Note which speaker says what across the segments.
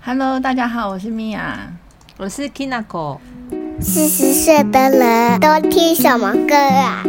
Speaker 1: Hello，大家好，我是米娅。
Speaker 2: 我是 Kinako，
Speaker 3: 四十岁的人都听什么歌啊？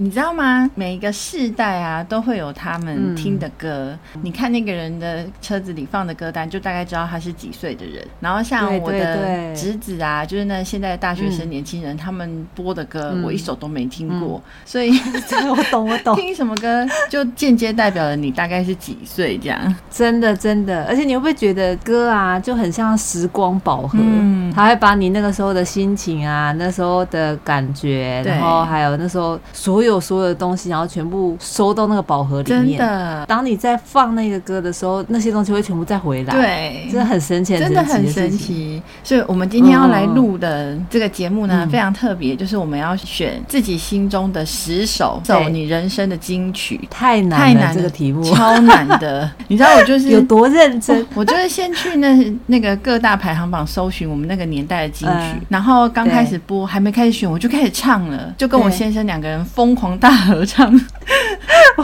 Speaker 1: 你知道吗？每一个世代啊，都会有他们
Speaker 2: 嗯
Speaker 1: 听的歌。你看那个人的车子里放的歌单，就大概知道他是几岁的人。然后像
Speaker 2: 对
Speaker 1: 我
Speaker 2: 对
Speaker 1: 的
Speaker 2: 对
Speaker 1: 侄子啊，就是那现在的大学生、
Speaker 2: 嗯
Speaker 1: 年轻人，他们播的歌，
Speaker 2: 嗯
Speaker 1: 我一首都没听过，所以
Speaker 2: 我懂我懂，
Speaker 1: 听什么歌就间接代表了你大概是几岁这 样。
Speaker 2: 真的真的，而且你会不会觉得歌啊就很像时光宝盒？
Speaker 1: 嗯
Speaker 2: 它会把你那个时候的心情啊，那时候的感觉，
Speaker 1: 对
Speaker 2: 然后还有那时候所有所有的东西，然后全部收到那个宝盒里
Speaker 1: 真
Speaker 2: 面。，
Speaker 1: 的，
Speaker 2: 当你在放那个歌的时候，那些东西会全部再回来。，
Speaker 1: 对，
Speaker 2: 真的很神奇，
Speaker 1: 真的很
Speaker 2: 神奇的
Speaker 1: 神
Speaker 2: 事情。
Speaker 1: 奇。所以，我们今天要来
Speaker 2: 嗯
Speaker 1: 录的这个节目呢，
Speaker 2: 嗯
Speaker 1: 非常特别，就是我们要选自己心中的十首
Speaker 2: 对
Speaker 1: 走你人生的金曲，
Speaker 2: 太难了，
Speaker 1: 太难了
Speaker 2: 这个题目
Speaker 1: 超难 的。你知道，我就是
Speaker 2: 有多认真？
Speaker 1: 我就是先去那那个各大排行榜搜寻我们那个年代的金曲，
Speaker 2: 嗯
Speaker 1: 然后刚开始播还没开始选，我就开始唱了，就跟我
Speaker 2: 对
Speaker 1: 先生两个人疯狂大合唱。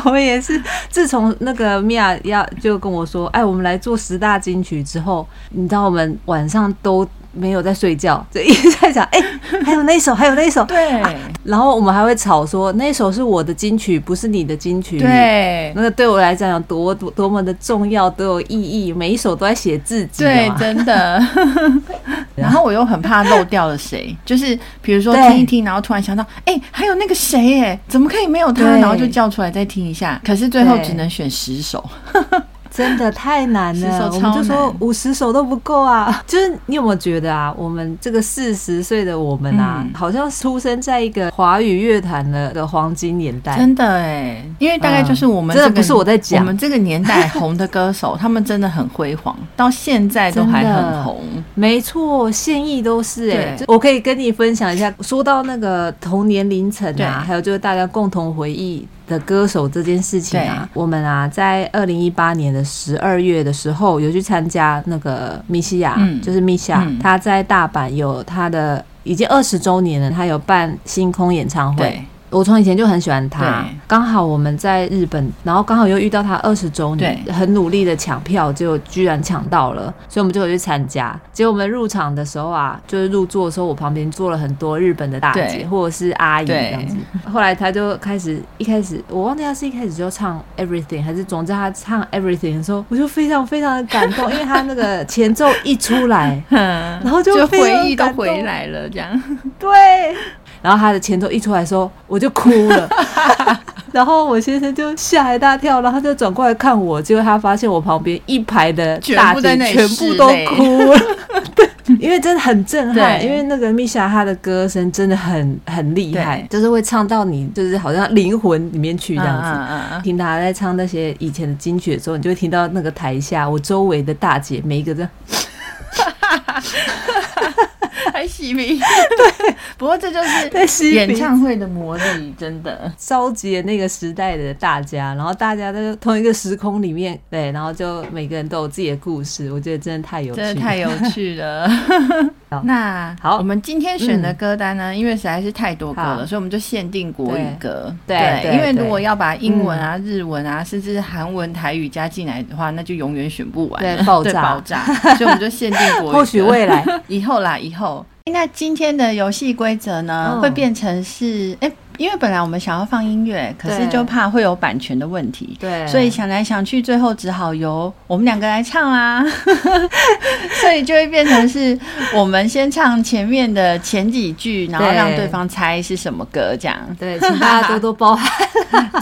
Speaker 2: 我们也是，自从那个米娅要就跟我说，哎，我们来做十大金曲之后，你知道我们晚上都没有在睡觉，就一直在讲，哎，还有那一首，还有那一首，
Speaker 1: 对、
Speaker 2: 然后我们还会吵说那首是我的金曲，不是你的金曲。。
Speaker 1: 对
Speaker 2: 那个对我来讲有多多多么的重要，多有意义，每一首都在写自己。
Speaker 1: 对
Speaker 2: 你知道，吗
Speaker 1: 真 的。然后我又很怕漏掉了谁，就是比如说
Speaker 2: 对
Speaker 1: 听一听，然后突然想到，哎、还有那个谁，哎，怎么可以没有他？
Speaker 2: 对
Speaker 1: 然后就叫出来再听一下。可是最后
Speaker 2: 对
Speaker 1: 只能选十首，
Speaker 2: 真的太 难
Speaker 1: 十首
Speaker 2: 了，我
Speaker 1: 超
Speaker 2: 们就说
Speaker 1: 难
Speaker 2: 五十首都不够啊！ 就是你有没有觉得啊，我们这个四十岁的我们啊，
Speaker 1: 嗯
Speaker 2: 好像出生在一个华语乐坛的的黄金年代。
Speaker 1: 真的哎，因为大概就是我们、
Speaker 2: 嗯
Speaker 1: 这个
Speaker 2: 真的不是我在讲
Speaker 1: 我们这个年代红的歌手，他们真的很辉煌，到现在都还
Speaker 2: 真的
Speaker 1: 很红。
Speaker 2: 没错，现役都是哎、
Speaker 1: 对
Speaker 2: 这我可以跟你分享一下。说到那个同年龄层
Speaker 1: 对
Speaker 2: 啊，还有就是大家共同回忆的歌手这件事情啊，我们啊在二零一八年的十二月的时候有去参加那个米西亚，
Speaker 1: 嗯
Speaker 2: 就是米西亚，
Speaker 1: 嗯
Speaker 2: 他在大阪有他的已经二十周年了，他有办星空演唱 会。
Speaker 1: 对
Speaker 2: 我从以前就很喜欢他
Speaker 1: 对，
Speaker 2: 刚好我们在日本，然后刚好又遇到他二十周年，
Speaker 1: 对
Speaker 2: 很努力的抢票，结果居然抢到了，所以我们就有去参加。结果我们入场的时候啊，就是入座的时候，我旁边坐了很多日本的大
Speaker 1: 对
Speaker 2: 姐或者是阿姨
Speaker 1: 对
Speaker 2: 这样子。后来他就开始，一开始我忘记他是一开始就唱 Everything，还是总之他唱 Everything 的时候，我就非常非常的感动，因为他那个前奏一出来，
Speaker 1: 然
Speaker 2: 然后就
Speaker 1: 就
Speaker 2: 非
Speaker 1: 回
Speaker 2: 常
Speaker 1: 忆都
Speaker 2: 感动
Speaker 1: 回来了，这样。
Speaker 2: 对。然后他的前奏一出来的时候，我就哭 了。然后我先生就吓一大跳，然后他就转过来看我，结果他发现我旁边一排的
Speaker 1: 全
Speaker 2: 大
Speaker 1: 部
Speaker 2: 姐
Speaker 1: 在那里
Speaker 2: 全部都哭 了。对，因为真的很震撼，
Speaker 1: 对
Speaker 2: 因为那个米莎她的歌声真的很很厉害
Speaker 1: 对，
Speaker 2: 就是会唱到你就是好像灵魂里面去这样子。
Speaker 1: 嗯嗯嗯
Speaker 2: 听他在唱那些以前的金曲的时候，你就会听到那个台下我周围的大姐每一个都
Speaker 1: 嗯还洗 鼻。对，不过这就是
Speaker 2: 在吸
Speaker 1: 演
Speaker 2: 鼻
Speaker 1: 唱会的魔力，真的。
Speaker 2: 召集了那个时代的大家，然后大家在同一个时空里面，对，然后就每个人都有自己的故事，我觉得真的太有趣，
Speaker 1: 真的太有趣了
Speaker 2: 好。
Speaker 1: 那
Speaker 2: 好嗯
Speaker 1: 我们今天选的歌单呢，因为实在是太多歌了，
Speaker 2: 好
Speaker 1: 所以我们就限定国语歌。
Speaker 2: 对对嗯
Speaker 1: 因为
Speaker 2: 对
Speaker 1: 如果要把英文啊、日文啊，甚至韩文、台语加进来的话，那就永远选不完了，
Speaker 2: 对爆炸
Speaker 1: 爆炸。所以我们就限定国语歌。
Speaker 2: 或许未来
Speaker 1: 以后啦，以后。那今天的游戏规则呢，
Speaker 2: 嗯
Speaker 1: 会变成是哎。因为本来我们想要放音乐，可是
Speaker 2: 对
Speaker 1: 就怕会有版权的问题，
Speaker 2: 对
Speaker 1: 所以想来想去，最后只好由我们两个来唱啦、 所以就会变成是我们先唱前面的前几句，然后
Speaker 2: 对
Speaker 1: 让对方猜是什么歌，这样
Speaker 2: 对，请大家多多包 涵。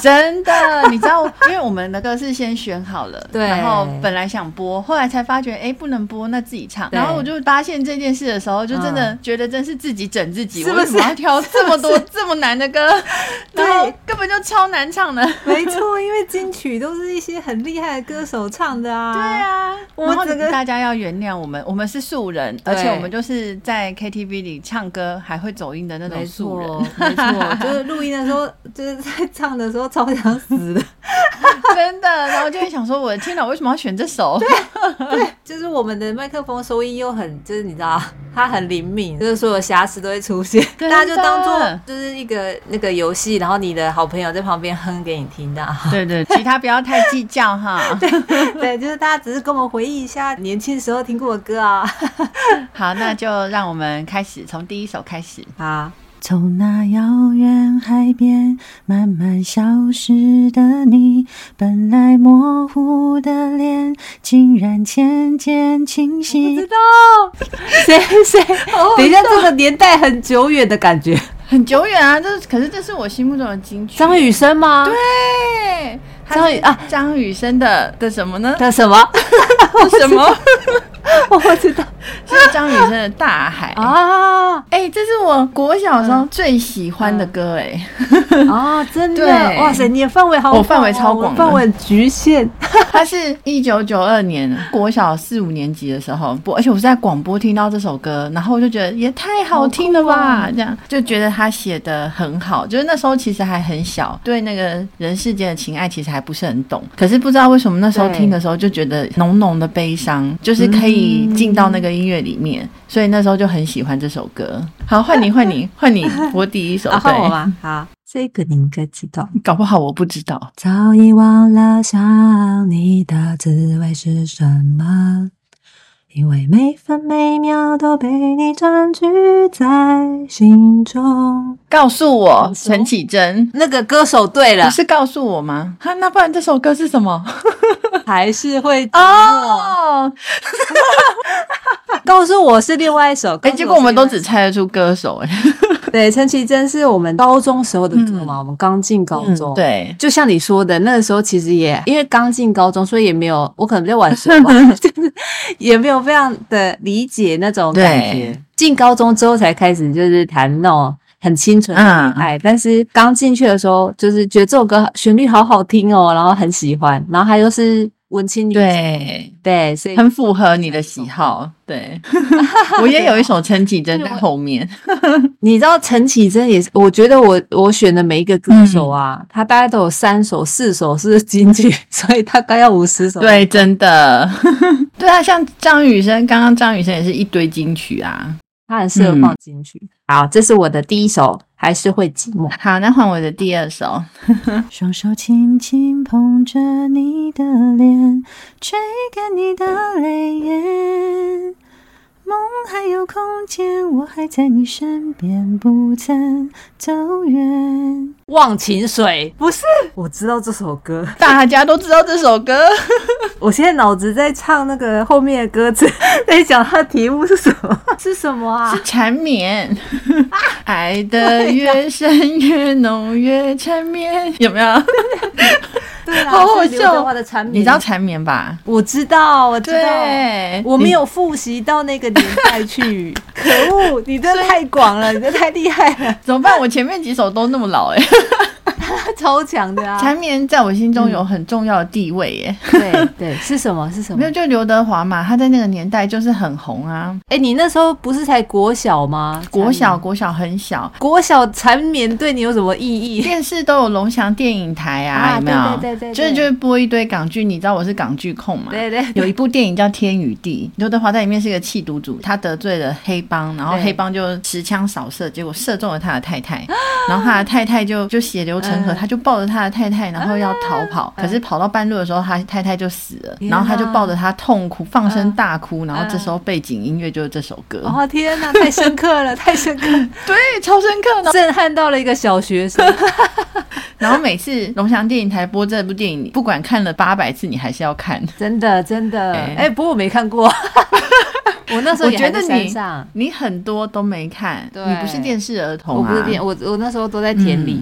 Speaker 1: 真的，你知道，因为我们的歌是先选好了，
Speaker 2: 对
Speaker 1: 然后本来想播，后来才发觉，哎、不能播，那自己唱。
Speaker 2: 对嗯
Speaker 1: 然后我就发现这件事的时候，就真的觉得真是自己整自己，
Speaker 2: 是不
Speaker 1: 我
Speaker 2: 是
Speaker 1: 为什么要挑这么 多这么难的歌？
Speaker 2: 对
Speaker 1: 然后根本就超难唱的。
Speaker 2: 没错，因为金曲都是一些很厉害的歌手唱的啊。
Speaker 1: 对啊，
Speaker 2: 我
Speaker 1: 然后
Speaker 2: 整个
Speaker 1: 大家要原谅我们，我们是素人，而
Speaker 2: 对
Speaker 1: 且我们就是在 KTV 里唱歌还会走音的那种
Speaker 2: 没
Speaker 1: 素人
Speaker 2: 错。，没错，就是录音的时候，就是在唱的时候超想死的。
Speaker 1: 真的，然后就会想说，我的天哪，我为什么要选这首？
Speaker 2: 就是我们的麦克风收音又很，就是你知道， 它很灵敏，就是所有瑕疵都会出现，大
Speaker 1: 真的
Speaker 2: 家就当做就是一个那个游戏，然后你的好朋友在旁边哼给你听 的。啊
Speaker 1: 对对，其他不要太计较哈。
Speaker 2: 对，就是大家只是跟我们回忆一下年轻时候听过的歌啊。
Speaker 1: 好，那就让我们开始，从第一首开始。
Speaker 2: 好，
Speaker 4: 从那遥远海边慢慢消失的你，本来模糊的脸，竟然渐渐清晰。
Speaker 2: 道谁谁？等一下，这个年代很久远的感觉。
Speaker 1: 很久远啊，这可是这是我心目中的金曲。
Speaker 2: 张雨生吗？对，
Speaker 1: 对，
Speaker 2: 张雨啊，
Speaker 1: 张雨生的的什么呢？
Speaker 2: 那什么？
Speaker 1: 什么？
Speaker 2: 我不知道
Speaker 1: 是张雨生的《大海》啊。
Speaker 2: 啊
Speaker 1: 哎、这是我国小时
Speaker 2: 嗯
Speaker 1: 候最喜欢的歌哎、
Speaker 2: 啊！真的，
Speaker 1: 对
Speaker 2: 哇塞，你的范围好广哦，
Speaker 1: 我范围超广的
Speaker 2: 我范围很局限。
Speaker 1: 它是一九九二年国小四五年级的时候播，而且我是在广播听到这首歌，然后我就觉得也太好听了吧，这样就觉得他写的很好。就是那时候其实还很小，对那个人世间的情爱其实还不是很懂，可是不知道为什么那时候
Speaker 2: 对
Speaker 1: 听的时候就觉得浓浓的悲伤，就是可以进到那个音乐里面，所以那时候就很喜欢这首歌。好，换你，换你，换你播第一首，
Speaker 2: 啊，
Speaker 1: 对
Speaker 2: 换我吧。好，
Speaker 4: 这个你应该知道。
Speaker 1: 搞不好我不知道。
Speaker 4: 早已忘了想你的滋味是什么，因为每分每秒都被你占据在心中。
Speaker 1: 告诉我，
Speaker 2: 什么
Speaker 1: 陈绮贞。
Speaker 2: 那个歌手对了
Speaker 1: 不，是告诉我吗？哈，那不然这首歌是什么？
Speaker 2: 还是 会哦。
Speaker 1: 哦，
Speaker 2: 告诉我是另外一首，
Speaker 1: 哎，结果我们都
Speaker 2: 告诉
Speaker 1: 只猜得出歌手，哎，
Speaker 2: 是另外对陈绮贞是我们高中时候的歌
Speaker 4: 嗯
Speaker 2: 嘛，我们刚进高中，。
Speaker 1: 嗯对，
Speaker 2: 就像你说的，那个时候其实也因为刚进高中，所以也没有我可能比较晚熟吧， 就是也没有非常的理解那种感觉
Speaker 1: 对。
Speaker 2: 进高中之后才开始就是谈那种很清纯
Speaker 1: 嗯
Speaker 2: 的恋爱，但是刚进去的时候就是觉得这首歌旋律好好听哦，然后很喜欢，然后它又是文青女生
Speaker 1: 对，
Speaker 2: 对，所以
Speaker 1: 很符合你的喜好，对。我也有一首陈绮贞在后面，
Speaker 2: 你知道陈绮贞也是，我觉得我我选的每一个歌手
Speaker 1: 嗯
Speaker 2: 啊，她大概都有三首四首是金曲， 所以大概要五十首。
Speaker 1: 对，真的， 对啊，像张雨生，刚刚张雨生也是一堆金曲啊。
Speaker 2: 他很适合放进去。好，这是我的第一首，还是会寂寞。
Speaker 1: 好，那换我的第二首，
Speaker 4: 双手轻轻捧着你的脸，吹干你的泪眼。梦还有空间，我还在你身边，不曾走远。
Speaker 2: 忘情水不是，我知道这首歌，
Speaker 1: 大家都知道这首歌，
Speaker 2: 我现在脑子在唱那个后面的歌词， 在讲它的题目是什么？ 是什么啊？
Speaker 1: 缠绵，爱的越深越浓越缠绵，有没有？
Speaker 2: 对啊
Speaker 1: 好好笑
Speaker 2: 是刘德华的缠绵，
Speaker 1: 你知道？缠绵吧？
Speaker 2: 我知道，我知道。
Speaker 1: 对，
Speaker 2: 我没有复习到那个年代 去，可恶！你这太广了，你这太厉害 了，
Speaker 1: 怎么办？我前面几首都那么老哎、
Speaker 2: 超强的啊！
Speaker 1: 缠绵在我心中有很重要的地位 哎、
Speaker 2: 对对，是什么？是什
Speaker 1: 没
Speaker 2: 么
Speaker 1: 有，？就刘德华嘛，他在那个年代就是很红啊，
Speaker 2: 哎，你那时候不是才国小吗？
Speaker 1: 国
Speaker 2: 缠
Speaker 1: 小
Speaker 2: 绵
Speaker 1: 国小很小，
Speaker 2: 国小缠绵对你有什么意义？
Speaker 1: 电视都有龙翔电影台啊，
Speaker 2: 啊
Speaker 1: 有没有？
Speaker 2: 对对对对对
Speaker 1: 就是就是播一堆港剧，你知道我是港剧控嘛？
Speaker 2: 对 对
Speaker 1: 有一部电影叫《天与地》，刘德华在里面是一个弃毒主，他得罪了黑帮，然后
Speaker 2: 对
Speaker 1: 黑帮就持枪扫射，结果射中了他的太 太，然后他的太太就就血流成河，
Speaker 2: 嗯
Speaker 1: 他就抱着他的太太，然后要逃跑，
Speaker 2: 嗯
Speaker 1: 可是跑到半路的时候，他太太就死了，
Speaker 2: 天
Speaker 1: 然后他就
Speaker 2: 哪
Speaker 1: 抱着他痛哭，放声大哭，然后
Speaker 2: 嗯
Speaker 1: 这时候背景音乐就是这首歌，
Speaker 2: 哦 天哪，太深刻了，太深刻了，
Speaker 1: 对，超深刻呢。
Speaker 2: 震撼到了一个小学生。
Speaker 1: 然后每次龙翔电影台播这部电影，你不管看了八百次，你还是要看。
Speaker 2: 真的真的，
Speaker 1: 哎
Speaker 2: 哎、不过我没 看过，我那时候
Speaker 1: 我
Speaker 2: 也
Speaker 1: 觉
Speaker 2: 还
Speaker 1: 得
Speaker 2: 在
Speaker 1: 你
Speaker 2: 山上。
Speaker 1: 你很多都没看，
Speaker 2: 嗯对
Speaker 1: 你不是电视儿童、啊，嗯
Speaker 2: 我不是电，我我那时候都在田里。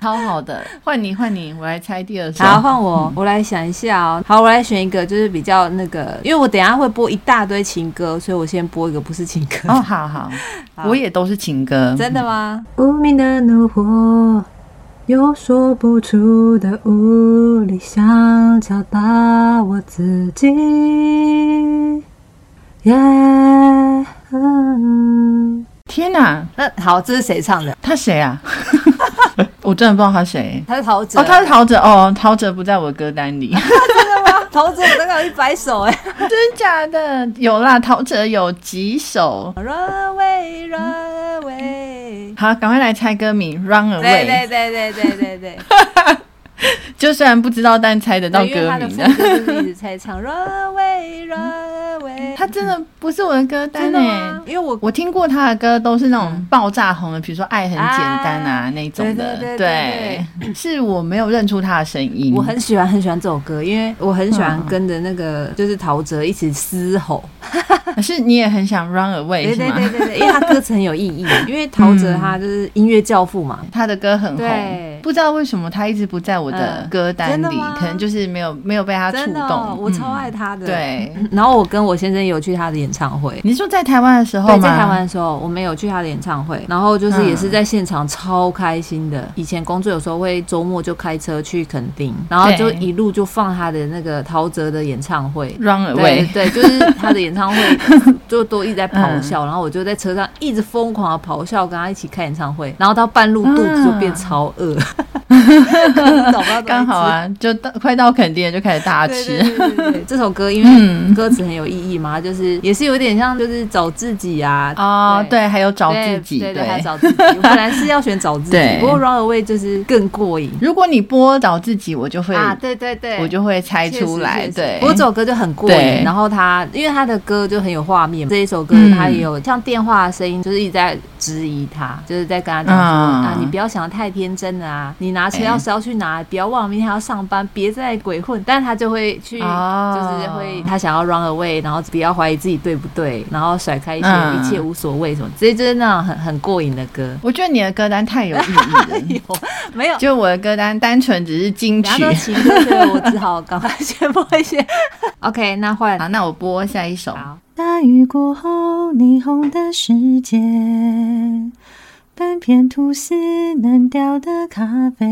Speaker 1: 超好的，换你换你，我来猜第二首。
Speaker 2: 好，换
Speaker 1: 嗯
Speaker 2: 我，我来想一下哦。好，我来选一个，就是比较那个，因为我等一下会播一大堆情歌，所以我先播一个不是情歌。
Speaker 1: 哦，好好，
Speaker 2: 好
Speaker 1: 我也都是情歌，
Speaker 2: 真的吗？
Speaker 4: 嗯无名的怒火，有说不出的无力，想敲打我自己。耶、嗯
Speaker 1: 天哪，
Speaker 2: 那好，这是谁唱的？
Speaker 1: 他谁啊？ 我真的不知道他谁。
Speaker 2: 他是陶喆。啊
Speaker 1: 哦，
Speaker 4: 哦
Speaker 1: 他是陶喆哦，陶喆不在我歌单里。
Speaker 2: 陶喆大概有一百首哎。
Speaker 1: 真假的？有啦，陶喆有几首。
Speaker 2: Run away, run away。
Speaker 1: 好，赶快来猜歌名《Run Away
Speaker 2: 对》对对对对对对，
Speaker 1: 就虽然不知道，但猜得到
Speaker 2: 因为
Speaker 1: 歌
Speaker 2: 他的
Speaker 1: 名啊
Speaker 2: 副
Speaker 1: 的。
Speaker 2: 歌就是一直在唱 Run away, run away。
Speaker 1: 他真的不是我的歌
Speaker 4: 欸
Speaker 1: 单欸
Speaker 2: 真
Speaker 1: 呢、
Speaker 2: 的吗？因为我
Speaker 1: 我听过他的歌都是那种爆炸红的，比如说《爱很简单》啊
Speaker 2: 嗯啊
Speaker 1: 那种的。
Speaker 2: 对对对
Speaker 1: 对是我没有认出他的声音。
Speaker 2: 我很喜欢很喜欢这首歌，因为我很喜欢跟着那个就是陶喆一起嘶吼，
Speaker 1: 可是你也很想 run away 嗯哎
Speaker 2: 对
Speaker 1: 是
Speaker 2: 对
Speaker 1: 吗？
Speaker 2: 对对对，因为他歌词很有 意义，因为陶喆他就是音乐教父嘛，
Speaker 1: 他的歌很
Speaker 2: 对
Speaker 1: 红，不知道为什么他一直不在我的
Speaker 2: 嗯
Speaker 1: 歌单
Speaker 2: 真的
Speaker 1: 里，
Speaker 2: 吗
Speaker 1: 可能就是没有没有被他触
Speaker 2: 真的
Speaker 1: 动。
Speaker 2: 哦，我
Speaker 1: 嗯
Speaker 2: 超爱他的。，
Speaker 1: 对，
Speaker 2: 然后我跟我先生有去他的演唱会。
Speaker 1: 你说在台湾的时候吗？
Speaker 2: 对，在台湾的时候，我们有去他的演唱会，然后
Speaker 1: 嗯
Speaker 2: 就是也是在现场超开心的。以前工作有时候会周末就开车去垦丁，然后就
Speaker 1: 对
Speaker 2: 一路就放他的那个陶喆的演唱会，
Speaker 1: run
Speaker 2: 对
Speaker 1: away。
Speaker 2: 对，就是他的演唱会 就都一直在咆
Speaker 1: 嗯
Speaker 2: 哮，然后我就在车上一直疯狂的咆哮，跟他一起看演唱会，然后到半路肚子就变超饿， 找不到东西
Speaker 1: 刚好啊，就到快到垦丁了，就开始大
Speaker 2: 吃。
Speaker 1: 吃。
Speaker 2: 对对对对对，这首歌因为
Speaker 1: 嗯
Speaker 2: 歌词很有意义嘛，就是也是有点像就是找自己啊。
Speaker 1: 哦，
Speaker 2: 对
Speaker 1: 对，还有找
Speaker 2: 对
Speaker 1: 自己，
Speaker 2: 对对，还找自己。我本来是要选找自己
Speaker 1: 对，
Speaker 2: 不过 Run Away 就是更过瘾
Speaker 1: 如果你播找自己，我就会
Speaker 2: 啊！对对对，
Speaker 1: 我就会猜出来。
Speaker 2: 确实确实
Speaker 1: 对，
Speaker 2: 不过这首歌就很过瘾。
Speaker 1: 对
Speaker 2: 然后他，因为他的歌就很有画面，这一首歌
Speaker 1: 嗯
Speaker 2: 他也有像电话的声音，就是一直在质疑他，就是在跟他讲说、
Speaker 1: 嗯
Speaker 2: 啊，你不要想得太天真了啊，你拿车钥匙要去拿，不要忘了明天还要上班，别再鬼混。但他就会去，
Speaker 1: 哦
Speaker 2: 就是会他想要 run away，然后不要怀疑自己对不对，然后甩开一切，
Speaker 1: 嗯
Speaker 2: 一切无所谓什么，这就是那种很很过瘾的歌。
Speaker 1: 我觉得你的歌单 太有意 义了。
Speaker 2: 没有，
Speaker 1: 就我的歌单单纯只是金曲
Speaker 2: 大。家都情歌，所以我只好赶快先播一些。OK，那换
Speaker 1: 好，那我播下一首。
Speaker 2: 好。
Speaker 4: 大雨过后，霓虹的世界，半片吐司难掉的咖啡，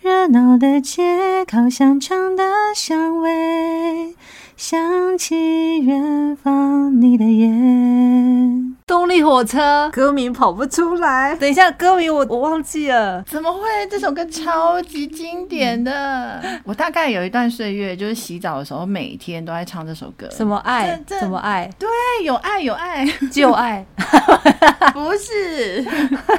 Speaker 4: 热闹的街，烤香肠的香味，想起远方你的眼。
Speaker 2: 动力火车歌名跑不出来，等一下歌名我我忘记了。
Speaker 1: 怎么会？这首歌超级经典的。
Speaker 2: 嗯
Speaker 1: 我大概有一段岁月，就是洗澡的时候，每天都在唱这首歌。
Speaker 2: 什？么爱？
Speaker 1: 这这
Speaker 2: 什么爱？
Speaker 1: 对，有爱有 爱，
Speaker 2: 就爱，
Speaker 1: 不是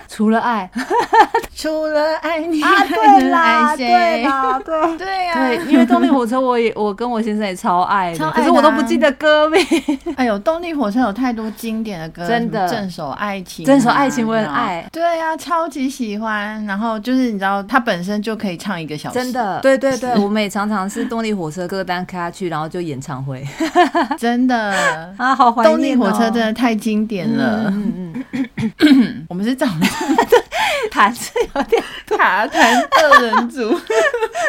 Speaker 2: 除了爱
Speaker 1: 除了爱你
Speaker 2: 啊！
Speaker 1: 还
Speaker 2: 对
Speaker 1: 能
Speaker 2: 啦，
Speaker 1: 爱
Speaker 2: 对
Speaker 1: 谁？
Speaker 2: 啦，对。啊
Speaker 1: 对呀
Speaker 2: 对，，因为动力火车，我也我跟我先生也超爱的，
Speaker 1: 超爱的
Speaker 2: 可
Speaker 1: 啊
Speaker 2: 是我都不记得歌名。
Speaker 1: 哎呦，动力火车有太多经典的歌，
Speaker 2: 真的
Speaker 1: 什么正手爱情啊》，
Speaker 2: 正手爱情我很爱
Speaker 1: 然后对啊，超级喜欢。然后就是你知道，它本身就可以唱一个小时，
Speaker 2: 真，的，对对 对，我们也常常是动力火车歌单开下去，然后就演唱会
Speaker 1: 真的。
Speaker 2: 啊，好怀念哦。
Speaker 1: 动力火车真的太经典了，
Speaker 2: 嗯，嗯嗯
Speaker 1: 我们是找
Speaker 2: 嗯，弹是有点
Speaker 1: 卡弹二人组。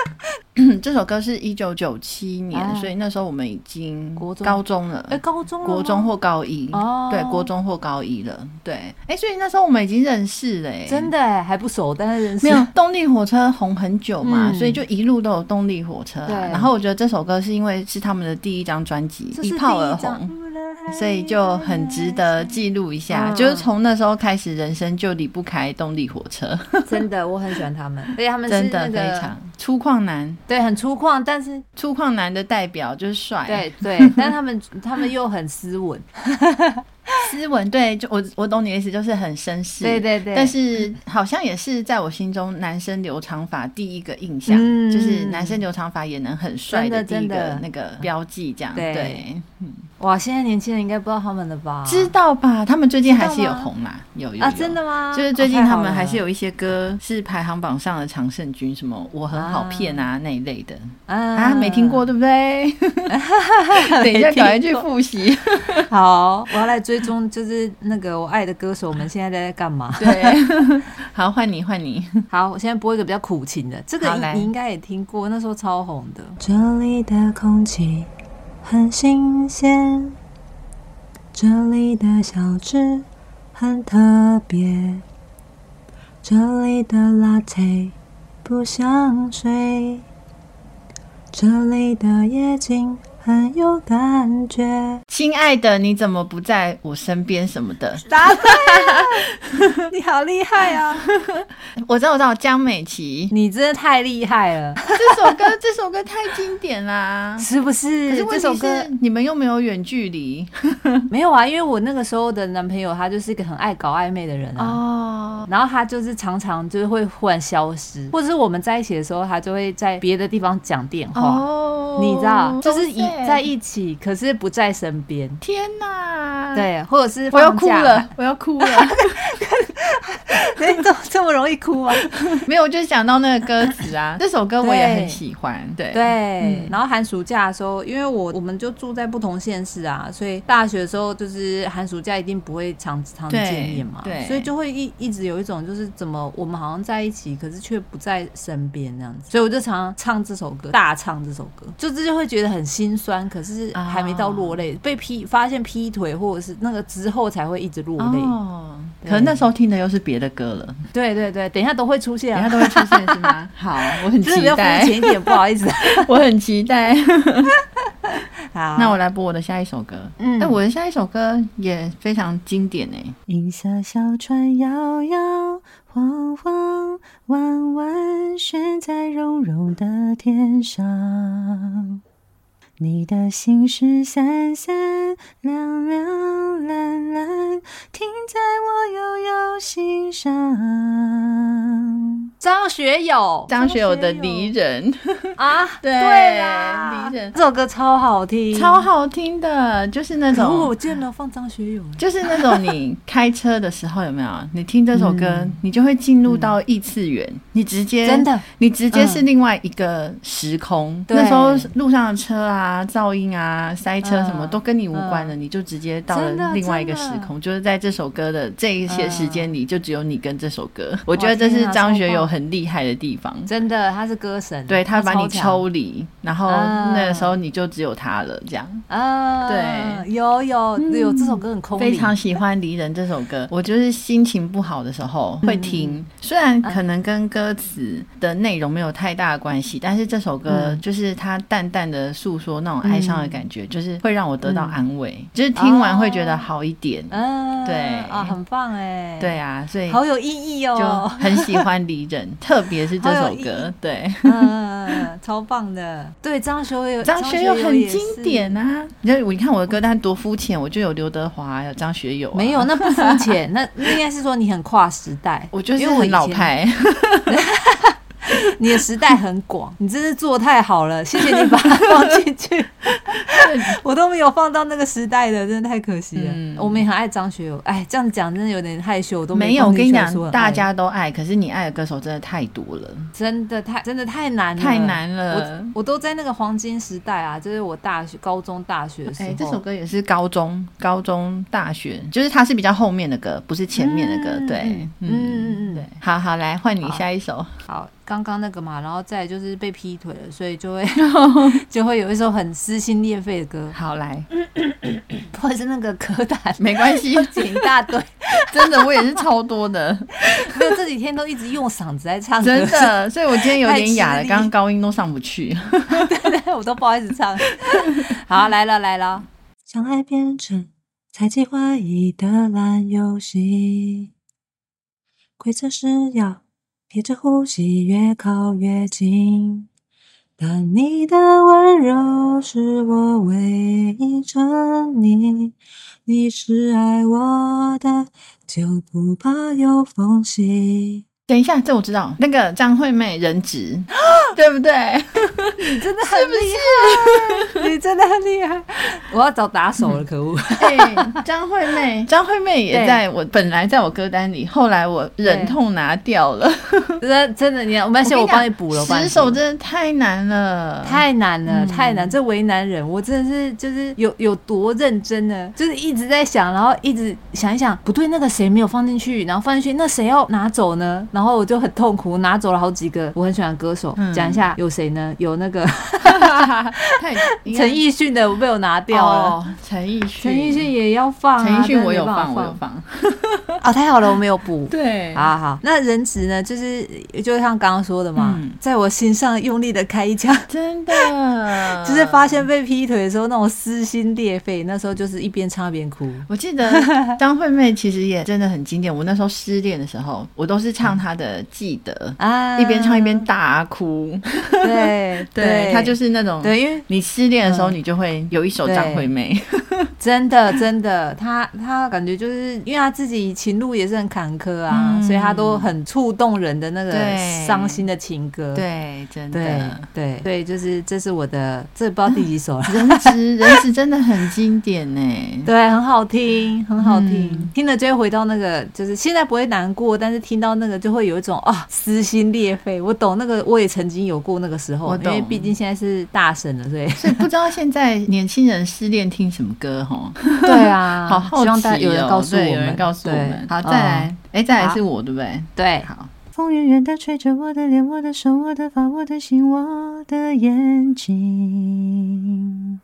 Speaker 1: 这首歌是一九九七年，
Speaker 2: 啊
Speaker 1: 所以那时候我们已经
Speaker 2: 国中
Speaker 1: 高中了，
Speaker 2: 哎，高中了吗
Speaker 1: 国中或高一，
Speaker 2: 哦
Speaker 1: 对，国中或高一了，对，哎、所以那时候我们已经认识了、哎
Speaker 2: 真的哎还不熟，但是认识
Speaker 1: 没有动力火车红很久嘛，
Speaker 2: 嗯
Speaker 1: 所以就一路都有动力火车、啊。
Speaker 2: 对
Speaker 1: 然后我觉得这首歌是因为是他们的第一张专辑，
Speaker 2: 这是
Speaker 1: 一炮
Speaker 2: 第
Speaker 1: 而
Speaker 2: 张
Speaker 1: 红。所以就很值得记录一下，
Speaker 2: 嗯
Speaker 1: 就是从那时候开始，人生就离不开动力火车，
Speaker 2: 真的，我很喜欢他们， 而且他们
Speaker 1: 真
Speaker 2: 是嗯那
Speaker 1: 的
Speaker 2: 个
Speaker 1: 非常粗犷男，
Speaker 2: 对很粗犷，但是
Speaker 1: 粗犷男的代表就是帅，
Speaker 2: 对对，但是他们他们又很斯文，
Speaker 1: 斯文，对，就我我懂你的意思， 就是很绅士，
Speaker 2: 对对对
Speaker 1: 但是好像也是在我心中，男生留长发第一个印象、
Speaker 2: 嗯
Speaker 1: 就是男生留长发也能很帅
Speaker 2: 真的
Speaker 1: 第一
Speaker 2: 真的
Speaker 1: 个那个标记，这样
Speaker 2: 对
Speaker 1: 对，
Speaker 2: 哇！现在年轻人应该不知道他们了吧？
Speaker 1: 知道吧？他们最近还是
Speaker 2: 知道
Speaker 1: 有
Speaker 2: 吗
Speaker 1: 红啦，有有
Speaker 2: 啊，
Speaker 1: 有
Speaker 2: 真的吗？
Speaker 1: 就是最近
Speaker 2: 哦
Speaker 1: 他们还是。
Speaker 2: 太好了
Speaker 1: 有一些歌是排行榜上的常胜军，什么我很好骗啊那一类的啊，
Speaker 2: 啊
Speaker 1: 没听过。对不 对？ 等一下赶快去复习。？
Speaker 2: 好，我要来追踪，就是那个我爱的歌手，我们现在在干嘛
Speaker 1: 对，好，换你换你。
Speaker 2: 好，我现在播一个比较苦情的，这个
Speaker 1: 好来
Speaker 2: 你你应该也听过，那时候超红的。
Speaker 4: 这里的空气很新鲜，这里的小吃很特别，这里的 latte 不像水，这里的夜景很。很有感觉。
Speaker 1: 亲爱的，你怎么不在我身边什么的？
Speaker 2: 答对了， 你好厉 害啊！
Speaker 1: 我知道，我知道，江美琪
Speaker 2: 你真的太厉害了，
Speaker 1: 这首歌，这首歌太经典啦。
Speaker 2: 是不
Speaker 1: 可
Speaker 2: 是？
Speaker 1: 是问
Speaker 2: 这
Speaker 1: 题
Speaker 2: 首歌
Speaker 1: 是，你们又没有远距离
Speaker 2: 没有啊，因为我那个时候的男朋友他就是一个很爱搞暧昧的人啊。
Speaker 1: 哦。
Speaker 2: 然后他就是常常就是会忽然消失，或者是我们在一起的时候，他就会在别的地方讲电话，
Speaker 1: 哦，
Speaker 2: 你知道，就是一
Speaker 1: 好 sad
Speaker 2: 在一起，可是不在身边。
Speaker 1: 天哪！，
Speaker 2: 对，或者是
Speaker 1: 我要
Speaker 2: 放
Speaker 1: 哭
Speaker 2: 假，
Speaker 1: 了，我要哭了。
Speaker 2: 哎，这这么容易哭吗？
Speaker 1: 没有，我就是想到那个歌词 啊，这首歌我也很喜欢。对
Speaker 2: 对，然后寒暑假的时候，因为我我们就住在不同县市啊，所以大学的时候就是寒暑假一定不会常常
Speaker 1: 对
Speaker 2: 见面嘛，
Speaker 1: 对
Speaker 2: 所以就会一一直有一种就是怎么我们好像在一起，可是却不在身边那样子，所以我就常常唱这首歌，大唱这首歌，就是就会觉得很心酸，可是还没到落泪，被劈发现劈腿或者是那个之后才会一直落泪，
Speaker 1: 哦，
Speaker 2: 对
Speaker 1: 可能那时候听的又是别的歌了，
Speaker 2: 对对对，等一下都会出现、
Speaker 1: 等一下
Speaker 2: 啊。
Speaker 1: 都会出现是 吗？好，我很
Speaker 2: 就是
Speaker 1: 期
Speaker 2: 比较肤
Speaker 1: 待
Speaker 2: 浅，一点，不好意 思。
Speaker 1: 我很期待。
Speaker 2: 好，
Speaker 1: 那我来播我的下一首歌。
Speaker 2: 嗯
Speaker 1: 哎，我的下一首歌也非常经典哎、
Speaker 4: 银色小船摇摇晃晃，弯弯悬在绒绒的天上。你的心是闪闪亮亮蓝蓝，停在我悠悠心上。
Speaker 2: 张学友，
Speaker 1: 张学友的《离人》
Speaker 2: 啊，
Speaker 1: 对啊
Speaker 2: 啦，
Speaker 1: 离人
Speaker 2: 这首歌超好听，
Speaker 1: 超好听的，就是那
Speaker 2: 可恶。
Speaker 1: 种
Speaker 2: 哦我，竟然没有放张学友，
Speaker 1: 就是那种你开车的时候有 没有？你听这首歌，你就会进入到异次元，你直接
Speaker 2: 嗯真的，嗯
Speaker 1: 你直接是另外一个时空。
Speaker 2: 对
Speaker 1: 那时候路上的车啊、噪音啊、塞车什么、
Speaker 2: 嗯
Speaker 1: 都跟你无关了，你就直接到
Speaker 2: 真的
Speaker 1: 了另外一个时空，就是在这首歌的这一些时间里，就只有你跟这首歌。我觉得这是
Speaker 2: 天啊
Speaker 1: 张学
Speaker 2: 超
Speaker 1: 友
Speaker 2: 棒
Speaker 1: 很厉害的地方。
Speaker 2: 真的，他是歌神，
Speaker 1: 对他把你
Speaker 2: 超强
Speaker 1: 抽离，然后
Speaker 2: 嗯
Speaker 1: 那个时候你就只有他了，这样。
Speaker 2: 啊，
Speaker 1: 对，
Speaker 2: 有有有，这首歌很空灵，
Speaker 1: 非常喜欢《离人》这首歌，我就是心情不好的时候会
Speaker 2: 嗯
Speaker 1: 听，虽然可能跟歌词的内容没有太大的关系，但是这首歌
Speaker 2: 嗯
Speaker 1: 就是它淡淡的诉说那种哀伤的感觉，就是会让我得到安慰，就是听完会觉得好一点。
Speaker 2: 哦嗯，
Speaker 1: 对
Speaker 2: 啊，很棒哎，
Speaker 1: 对，啊，所以
Speaker 2: 好有意义
Speaker 1: 就
Speaker 2: 哦，
Speaker 1: 很喜欢《离人》，特别是这
Speaker 2: 好
Speaker 1: 首
Speaker 2: 有意义
Speaker 1: 歌，对。
Speaker 2: 嗯，超棒的，对，张学友，
Speaker 1: 张学友很
Speaker 2: 也是
Speaker 1: 经，典啊！你看，你看我的歌单多肤浅，我就有刘德华，有张学友、啊，
Speaker 2: 没有，那不肤浅，那 那应该是说你很跨时代，
Speaker 1: 我就是
Speaker 2: 因为我
Speaker 1: 很
Speaker 2: 以前
Speaker 1: 老派。
Speaker 2: 你的时代很广，你真是做太好了，谢谢你把它放进去， 我都没有放到那个时代的，真的太可惜了。
Speaker 1: 嗯
Speaker 2: 我们也很爱张学友，哎，这样讲真的有点害羞，我都
Speaker 1: 没有，
Speaker 2: 有。
Speaker 1: 我跟你讲，大家都爱，可是你爱的歌手真的太多了，
Speaker 2: 真的太真的太难了，
Speaker 1: 太难了
Speaker 2: 我。我都在那个黄金时代啊，就是我大学、高中、大学的时
Speaker 1: 哎、
Speaker 2: 候。
Speaker 1: 这首歌也是高中、高中、大学，就是它是比较后面的歌，不是前面的歌。
Speaker 2: 嗯
Speaker 1: 对，
Speaker 2: 嗯嗯嗯嗯
Speaker 1: 对，好好来换你
Speaker 2: 好
Speaker 1: 下一首。
Speaker 2: 好，刚刚那个嘛，然后再来就是被劈腿了，所以 就会 就会有一首很撕心裂肺的歌，
Speaker 1: 好来，
Speaker 2: 或者是那个歌坛
Speaker 1: 没关系，
Speaker 2: 一大堆。
Speaker 1: 真的我也是超多的，
Speaker 2: 没有，这几天都一直用嗓子在唱歌，
Speaker 1: 真的，所以我今天有点哑
Speaker 2: 太
Speaker 1: 了，
Speaker 2: 吃力
Speaker 1: 刚刚高音都上不 去。
Speaker 2: 我都不好意思唱。好，来了来了，
Speaker 4: 将爱变成猜忌怀疑的烂游戏，规则是要憋着呼吸，越靠越近。但你的温柔是我唯一沉溺，你是爱我的，就不怕有缝隙。
Speaker 1: 等一下，这我知道，那个张惠妹人 质，对不对？
Speaker 2: 你真的很厉害，你真的很厉害。我要找打手了，可恶！
Speaker 1: 哎张惠妹， 张惠妹也
Speaker 2: 对
Speaker 1: 在我本来在我歌单里，后来我忍
Speaker 2: 对
Speaker 1: 痛拿掉了。
Speaker 2: 真的真的，你没关系，
Speaker 1: 跟
Speaker 2: 我
Speaker 1: 你讲
Speaker 2: 帮你补了。我帮你补
Speaker 1: 十首真的嗯太难了，
Speaker 2: 太难了，太难，这为难人。我真的是就是有有多认真呢，就是一直在想，然后一直想一想，不对，那个谁没有放进去，然后放进去，那谁要拿走呢？然后我就很痛苦，拿走了好几个我很喜欢的歌手。
Speaker 1: 嗯
Speaker 2: 讲一下有谁呢？有那个
Speaker 1: 太
Speaker 2: 陈奕迅的我被我拿掉掉了。
Speaker 1: 陈奕迅，
Speaker 2: 陈奕迅也要放、啊，
Speaker 1: 哦陈奕迅我
Speaker 2: 但是
Speaker 1: 有
Speaker 2: 没办
Speaker 1: 放，
Speaker 2: 法
Speaker 1: 我有放。
Speaker 2: 哦，太好了，我没有补。
Speaker 1: 对
Speaker 2: 好好好，那人质呢？就是就像刚刚说的嘛，
Speaker 1: 嗯
Speaker 2: 在我心上用力的开一枪，，
Speaker 1: 真的
Speaker 2: 就是发
Speaker 1: 嗯
Speaker 2: 现被劈腿的时候那种撕心裂肺，那时候就是一边唱一边哭。
Speaker 1: 我记 得张惠妹其实也真的很经典。我那时候失恋的时候，我都是唱她的《记得》
Speaker 2: 啊，
Speaker 1: 一边唱一边大哭。
Speaker 2: 对对，
Speaker 1: 她就是那种，
Speaker 2: 对，因为
Speaker 1: 你失恋的时候，
Speaker 2: 嗯
Speaker 1: 你就会有一首张惠妹。
Speaker 2: 真的真的，他他感觉就是因为他自己情路也是很坎坷啊，
Speaker 1: 嗯
Speaker 2: 所以他都很触动人的那个
Speaker 1: 对
Speaker 2: 伤心的情歌。
Speaker 1: 对，真
Speaker 2: 对
Speaker 1: 的。
Speaker 2: 对对，就是这是我的，这不知道第几首了。
Speaker 1: 人质，人质真的很经典呢。
Speaker 2: 对，很好听，很好听，
Speaker 1: 嗯
Speaker 2: 听了就会回到那个，就是现在不会难过，但是听到那个就会有一种啊撕心裂肺。我懂那个，我也曾经有过那个时候
Speaker 1: 我，
Speaker 2: 因为
Speaker 1: 懂
Speaker 2: 毕竟现在是大神了，所以
Speaker 1: 所以不知道现在年轻人失恋听什么歌吼？
Speaker 2: 对啊
Speaker 1: 好好奇、哦，
Speaker 2: 希望大家有人告诉我
Speaker 1: 对
Speaker 2: 们，
Speaker 1: 有人告诉我
Speaker 2: 对
Speaker 1: 们。好，
Speaker 2: 嗯
Speaker 1: 再来，哎，再来
Speaker 2: 好
Speaker 1: 是我对不对？
Speaker 2: 对，
Speaker 1: 好，
Speaker 4: 风远远的吹着我的脸，我的手，我的发，我的心，我的眼睛。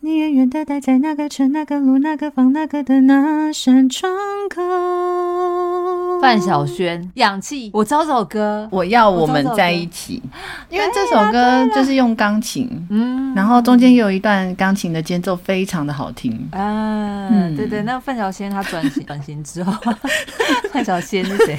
Speaker 4: 你远远的待在那个城、那个路、那个房、那个的那扇窗口。
Speaker 2: 范晓萱《氧气》，我知道这首歌，
Speaker 1: 我要我们在一起，因为这
Speaker 2: 啊
Speaker 1: 首歌就是用钢琴，嗯，然后中间也有一段钢琴的间奏非常的好听。
Speaker 2: 啊，
Speaker 1: 嗯
Speaker 2: 对对，那范晓萱她转型转型 之后，范晓萱是 谁？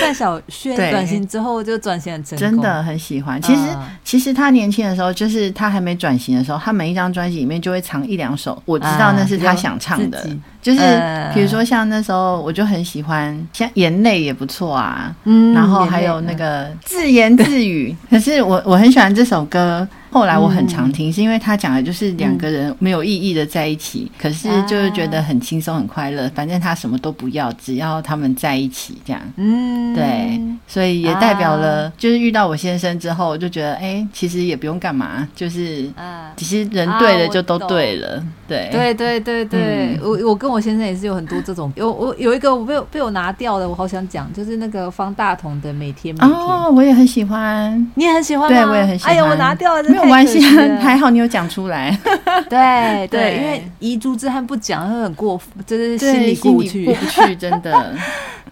Speaker 2: 范晓萱
Speaker 1: 对
Speaker 2: 转型之后就转型很成功，
Speaker 1: 真的很喜欢。其实，
Speaker 2: 嗯
Speaker 1: 其实他年轻的时候，就是他还没转型的时候，他每一张专辑里面就会藏一两首，我知道
Speaker 2: 嗯
Speaker 1: 那是他想唱的
Speaker 2: 啊。
Speaker 1: 就是
Speaker 2: 嗯
Speaker 1: 比如说像那时候，我就很喜欢，像《眼泪》也不错啊，
Speaker 2: 嗯
Speaker 1: 然后还有那个自言自语。 可是我我很喜欢这首歌，后来我很常
Speaker 2: 嗯
Speaker 1: 听，是因为它讲的就是两个人没有意义的在一起，可是就是觉
Speaker 2: 啊
Speaker 1: 得很轻松很快乐，反正他什么都不要，只要他们在一起这样。
Speaker 2: 嗯，啊
Speaker 1: 对，所以也代表了，就是遇到我先生之后，我就觉得，哎、其实也不用干嘛，就是
Speaker 2: 啊。
Speaker 1: 其实人对
Speaker 2: 啊
Speaker 1: 了就都
Speaker 2: 我懂
Speaker 1: 对了，对
Speaker 2: 对对对
Speaker 1: 嗯
Speaker 2: 对，我我跟我先生也是有很多 这种，有我有一个我被我被我拿掉的，我好想讲，就是那个方大同的每天每天，
Speaker 1: 哦，我也很喜欢，
Speaker 2: 你也很喜欢吗？
Speaker 1: 对我也很喜欢。
Speaker 2: 哎呀，我拿掉了，真
Speaker 1: 没有
Speaker 2: 太可
Speaker 1: 关系
Speaker 2: 惜
Speaker 1: 啊，
Speaker 2: 了
Speaker 1: 还好你有讲出来，
Speaker 2: 对对，
Speaker 1: 对
Speaker 2: 因为遗珠之憾不讲会很过分，就是
Speaker 1: 对
Speaker 2: 心里过
Speaker 1: 心
Speaker 2: 不
Speaker 1: 里过
Speaker 2: 去。
Speaker 1: 不去，真的。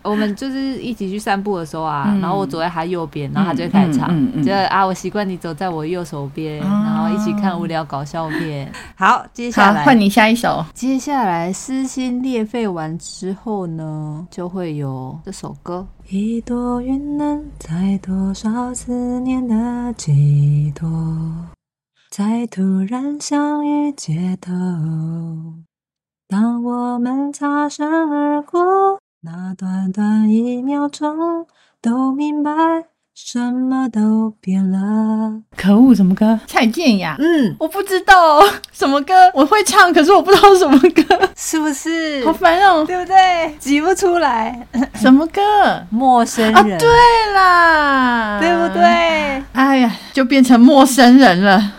Speaker 2: 我们就是一起去散步的时候啊，
Speaker 1: 嗯
Speaker 2: 然后我走在他右边，然后他就会开始唱，
Speaker 1: 嗯嗯嗯
Speaker 2: 就啊，我习惯你走在我右手边，
Speaker 1: 啊
Speaker 2: 然后一起看无聊搞笑片。好，接下
Speaker 1: 好，
Speaker 2: 来
Speaker 1: 换你下一首。
Speaker 2: 接下来撕心裂肺完之后呢，就会有这首歌。
Speaker 4: 一朵云能载多少思念的寄托，在突然相遇街头。当我们擦身而过，那短短一秒钟，都明白什么都变了。
Speaker 1: 可恶，什么歌？蔡健雅。
Speaker 2: 嗯，
Speaker 1: 我不知道什么歌，我会唱，可是我不知道什么歌，
Speaker 2: 是不是
Speaker 1: 好？烦哦、
Speaker 2: 对不对？挤不出来，
Speaker 1: 什么歌啊？
Speaker 2: 陌生人，
Speaker 1: 对啦，
Speaker 2: 对不？ 对？
Speaker 1: 哎呀，就变成陌生人了。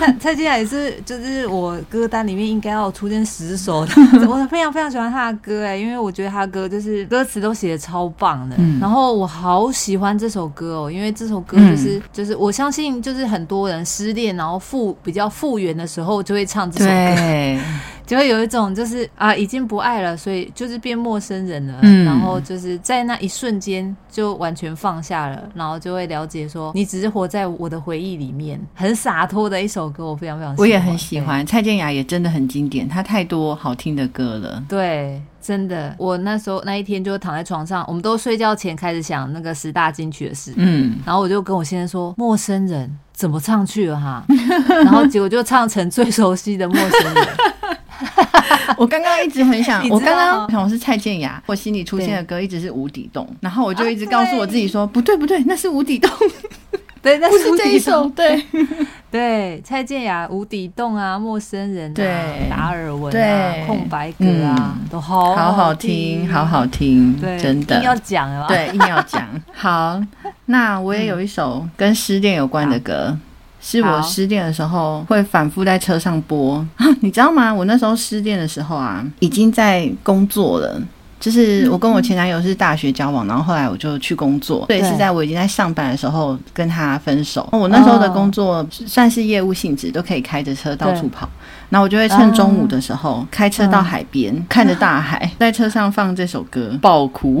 Speaker 2: 蔡蔡健雅也是，就是我歌单里面应该要有出现十 首的，我非常非常喜欢她的歌哎、因为我觉得她的歌就是歌词都写的超棒的，
Speaker 1: 嗯
Speaker 2: 然后我好喜欢这首歌哦，因为这首歌就是、就是我相信就是很多人失恋然后复比较复原的时候就会唱这首歌，
Speaker 1: 对，
Speaker 2: 就会有一种就是啊已经不爱了，所以就是变陌生人了，
Speaker 1: 嗯
Speaker 2: 然后就是在那一瞬间就完全放下了，然后就会了解说你只是活在我的回忆里面，很洒脱的一首歌，我非常非常喜欢
Speaker 1: 我也很喜
Speaker 2: 对
Speaker 1: 欢 蔡健雅，也真的很经典，她太多好听的歌了。
Speaker 2: 对，真的，我那时候那一天就躺在床上，我们都睡觉前开始想那个十大金曲的事，
Speaker 1: 嗯，
Speaker 2: 然后我就跟我先生说，陌生人怎么唱去了哈，然后结果就唱成最熟悉的陌 生人，
Speaker 1: 我刚刚一直很想
Speaker 2: 你，知道
Speaker 1: 我刚刚 想我是蔡健雅，我心里出现的歌一直是无底洞，然后我就一直告诉我自己说，不对不对，那是 无底洞，
Speaker 2: 对，那
Speaker 1: 不是
Speaker 2: 无
Speaker 1: 这
Speaker 2: 底
Speaker 1: 一首，
Speaker 2: 洞，
Speaker 1: 对
Speaker 2: 对，蔡健雅《无底洞》啊，《陌生人》啊，
Speaker 1: 对
Speaker 2: 达尔文啊，
Speaker 1: 对
Speaker 2: 空白格啊，
Speaker 1: 嗯
Speaker 2: 都好
Speaker 1: 好
Speaker 2: 好
Speaker 1: 好听，好，好听，
Speaker 2: 对，
Speaker 1: 真
Speaker 2: 一定要
Speaker 1: 的，
Speaker 2: 讲啊，，
Speaker 1: 对，硬要 讲。好，那我也有一首跟失恋有关的歌。是
Speaker 2: 好
Speaker 1: 我失恋的时候会反复在车 上播，你知道吗？我那时候失恋的时候啊，已经在工作了，就是我跟我前男友是大学交往，然后后来我就去工作，嗯对，
Speaker 2: 对
Speaker 1: 是在我已经在上班的时候跟他分手。我那时候的工作算是业务性质，都可以开着车到处跑。那我就会趁中午的时候开车到海边，看着大海，在车上放这首歌，嗯爆哭。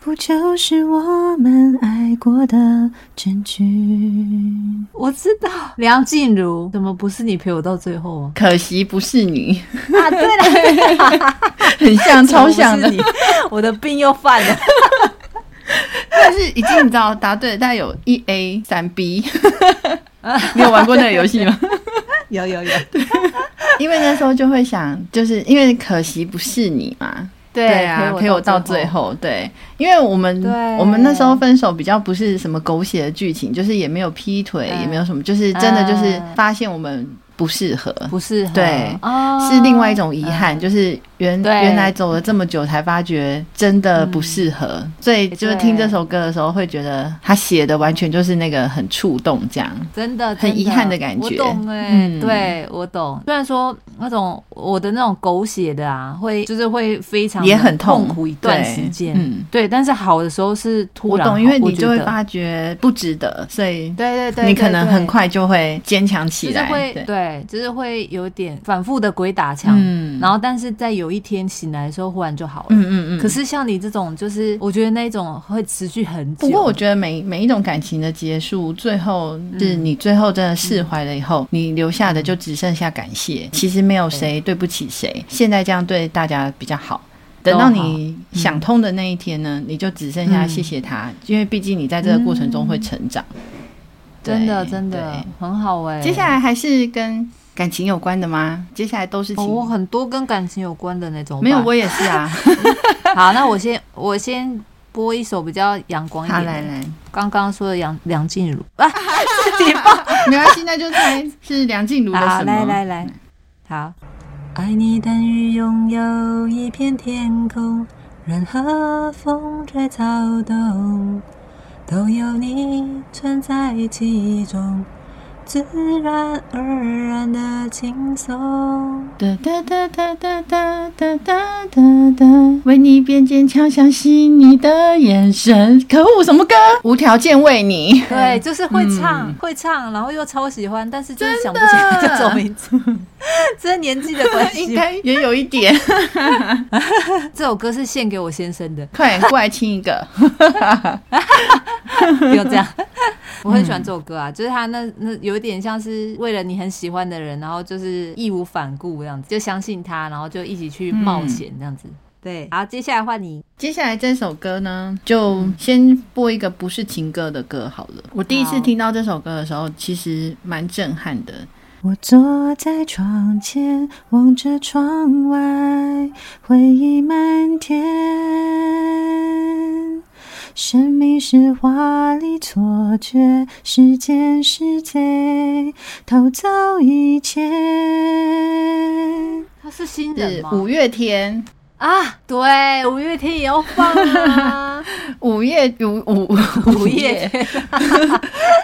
Speaker 4: 不就是我们爱过的证据？
Speaker 2: 我知道梁静茹怎么不是你陪我到最 后啊？
Speaker 1: 可惜不是你，
Speaker 2: 啊，对 了，
Speaker 1: 很像，超像
Speaker 2: 怎么
Speaker 1: 的
Speaker 2: 不。是你， 我的病又犯了。
Speaker 1: 但是已经你知道答对了，大概有一 A 三 B。你有玩过那个游戏吗？
Speaker 2: 有有有，
Speaker 1: 因为那时候就会想，就是因为可惜不是你嘛。对啊，陪我到最。后。对，因为我们
Speaker 2: 对
Speaker 1: 我们那时候分手比较不是什么狗血的剧情，就是也没有劈腿，
Speaker 2: 嗯
Speaker 1: 也没有什么，就是真的就是
Speaker 2: 嗯
Speaker 1: 发现我们不适合。
Speaker 2: 不是很
Speaker 1: 对
Speaker 2: 哦
Speaker 1: 是另外一种遗憾，就是原
Speaker 2: 嗯对
Speaker 1: 原来走了这么久才发觉真的不适合，
Speaker 2: 嗯
Speaker 1: 所以就是
Speaker 2: 对
Speaker 1: 听这首歌的时候会觉得他写的完全就是那个很触动，这样
Speaker 2: 真的
Speaker 1: 很
Speaker 2: 真
Speaker 1: 遗憾的感觉
Speaker 2: 我懂哎、
Speaker 1: 嗯
Speaker 2: 对我懂。虽然说那种我的那种狗血的啊，会就是会非常
Speaker 1: 也很
Speaker 2: 痛
Speaker 1: 痛
Speaker 2: 苦一段
Speaker 1: 对
Speaker 2: 时间，
Speaker 1: 嗯，
Speaker 2: 对。但是好的时候是突
Speaker 1: 我
Speaker 2: 然好，
Speaker 1: 懂，因为你
Speaker 2: 觉
Speaker 1: 就会
Speaker 2: 得
Speaker 1: 发觉不值得，所以
Speaker 2: 对对对，
Speaker 1: 你可
Speaker 2: 对
Speaker 1: 能
Speaker 2: 对
Speaker 1: 很快就会坚强起
Speaker 2: 就是
Speaker 1: 来，
Speaker 2: 会
Speaker 1: 对，
Speaker 2: 对，就是会有点反复的鬼打墙，
Speaker 1: 嗯
Speaker 2: 然后但是在有一天醒来的时候，忽然就好了。
Speaker 1: 嗯嗯嗯。
Speaker 2: 可是像你这种，就是我觉得那种会持续很久。
Speaker 1: 不过我觉得每每一种感情的结束，最后是
Speaker 2: 嗯
Speaker 1: 你最后真的释怀了以后，你留下的就只剩下感谢。
Speaker 2: 嗯
Speaker 1: 其实没有谁对不起谁，现在这样对大家比较好。等到你
Speaker 2: 嗯
Speaker 1: 想通的那一天呢，你就只剩下谢谢他，因为毕竟你在这个过程中会成长。
Speaker 2: 嗯真的
Speaker 1: 对
Speaker 2: 真的很好哎、
Speaker 1: 对接下来还是跟感情有关的吗？接下来都是
Speaker 2: 哦，
Speaker 1: 情，
Speaker 2: 我很多跟感情有关的那种吧。
Speaker 1: 没有，我也是 啊。
Speaker 2: 好，那我先我先播一首比较阳光一
Speaker 1: 好，
Speaker 2: 点
Speaker 1: 来
Speaker 2: 的。
Speaker 1: 来，
Speaker 2: 刚刚说的梁梁静茹啊，
Speaker 1: 没关系，那就猜是梁静茹的
Speaker 2: 好，
Speaker 1: 什么？嗯
Speaker 2: 来来来，好，
Speaker 4: 爱你等于拥有一片天空，任何风吹草动，都有你存在其中，自然而然的轻松。
Speaker 1: 哒哒哒哒哒哒哒哒哒哒，为你变坚强，相信你的眼神。可恶，什么歌？无条件为你。
Speaker 2: 对，就是会唱、会唱，然后又超喜欢，但是就是想不起来
Speaker 1: 嗯真的
Speaker 2: 这首名字， 这是年纪的关
Speaker 1: 应
Speaker 2: 系。
Speaker 1: 该也有一点，
Speaker 2: 这首歌是献给我先生的，
Speaker 1: 快点过来亲一个。
Speaker 2: 不用这样。 我很喜欢这首歌啊，就是他那那有一点像是为了你很喜欢的人，然后就是义无反顾这样子，就相信他，然后就一起去冒险这样子。嗯对，好，接下来换你。
Speaker 1: 接下来这首歌呢，就先播一个不是情歌的歌好了。我第一次
Speaker 2: 好
Speaker 1: 听到这首歌的时候，其实蛮震撼的。
Speaker 4: 我坐在窗前，望着窗外，回忆漫天。生命是华丽错觉，时间是贼，偷走一切。
Speaker 2: 他是新人
Speaker 1: 是
Speaker 2: 吗？
Speaker 1: 五月天，
Speaker 2: 啊，对，五月天也要放 啊，
Speaker 1: 五月如五
Speaker 2: 五月天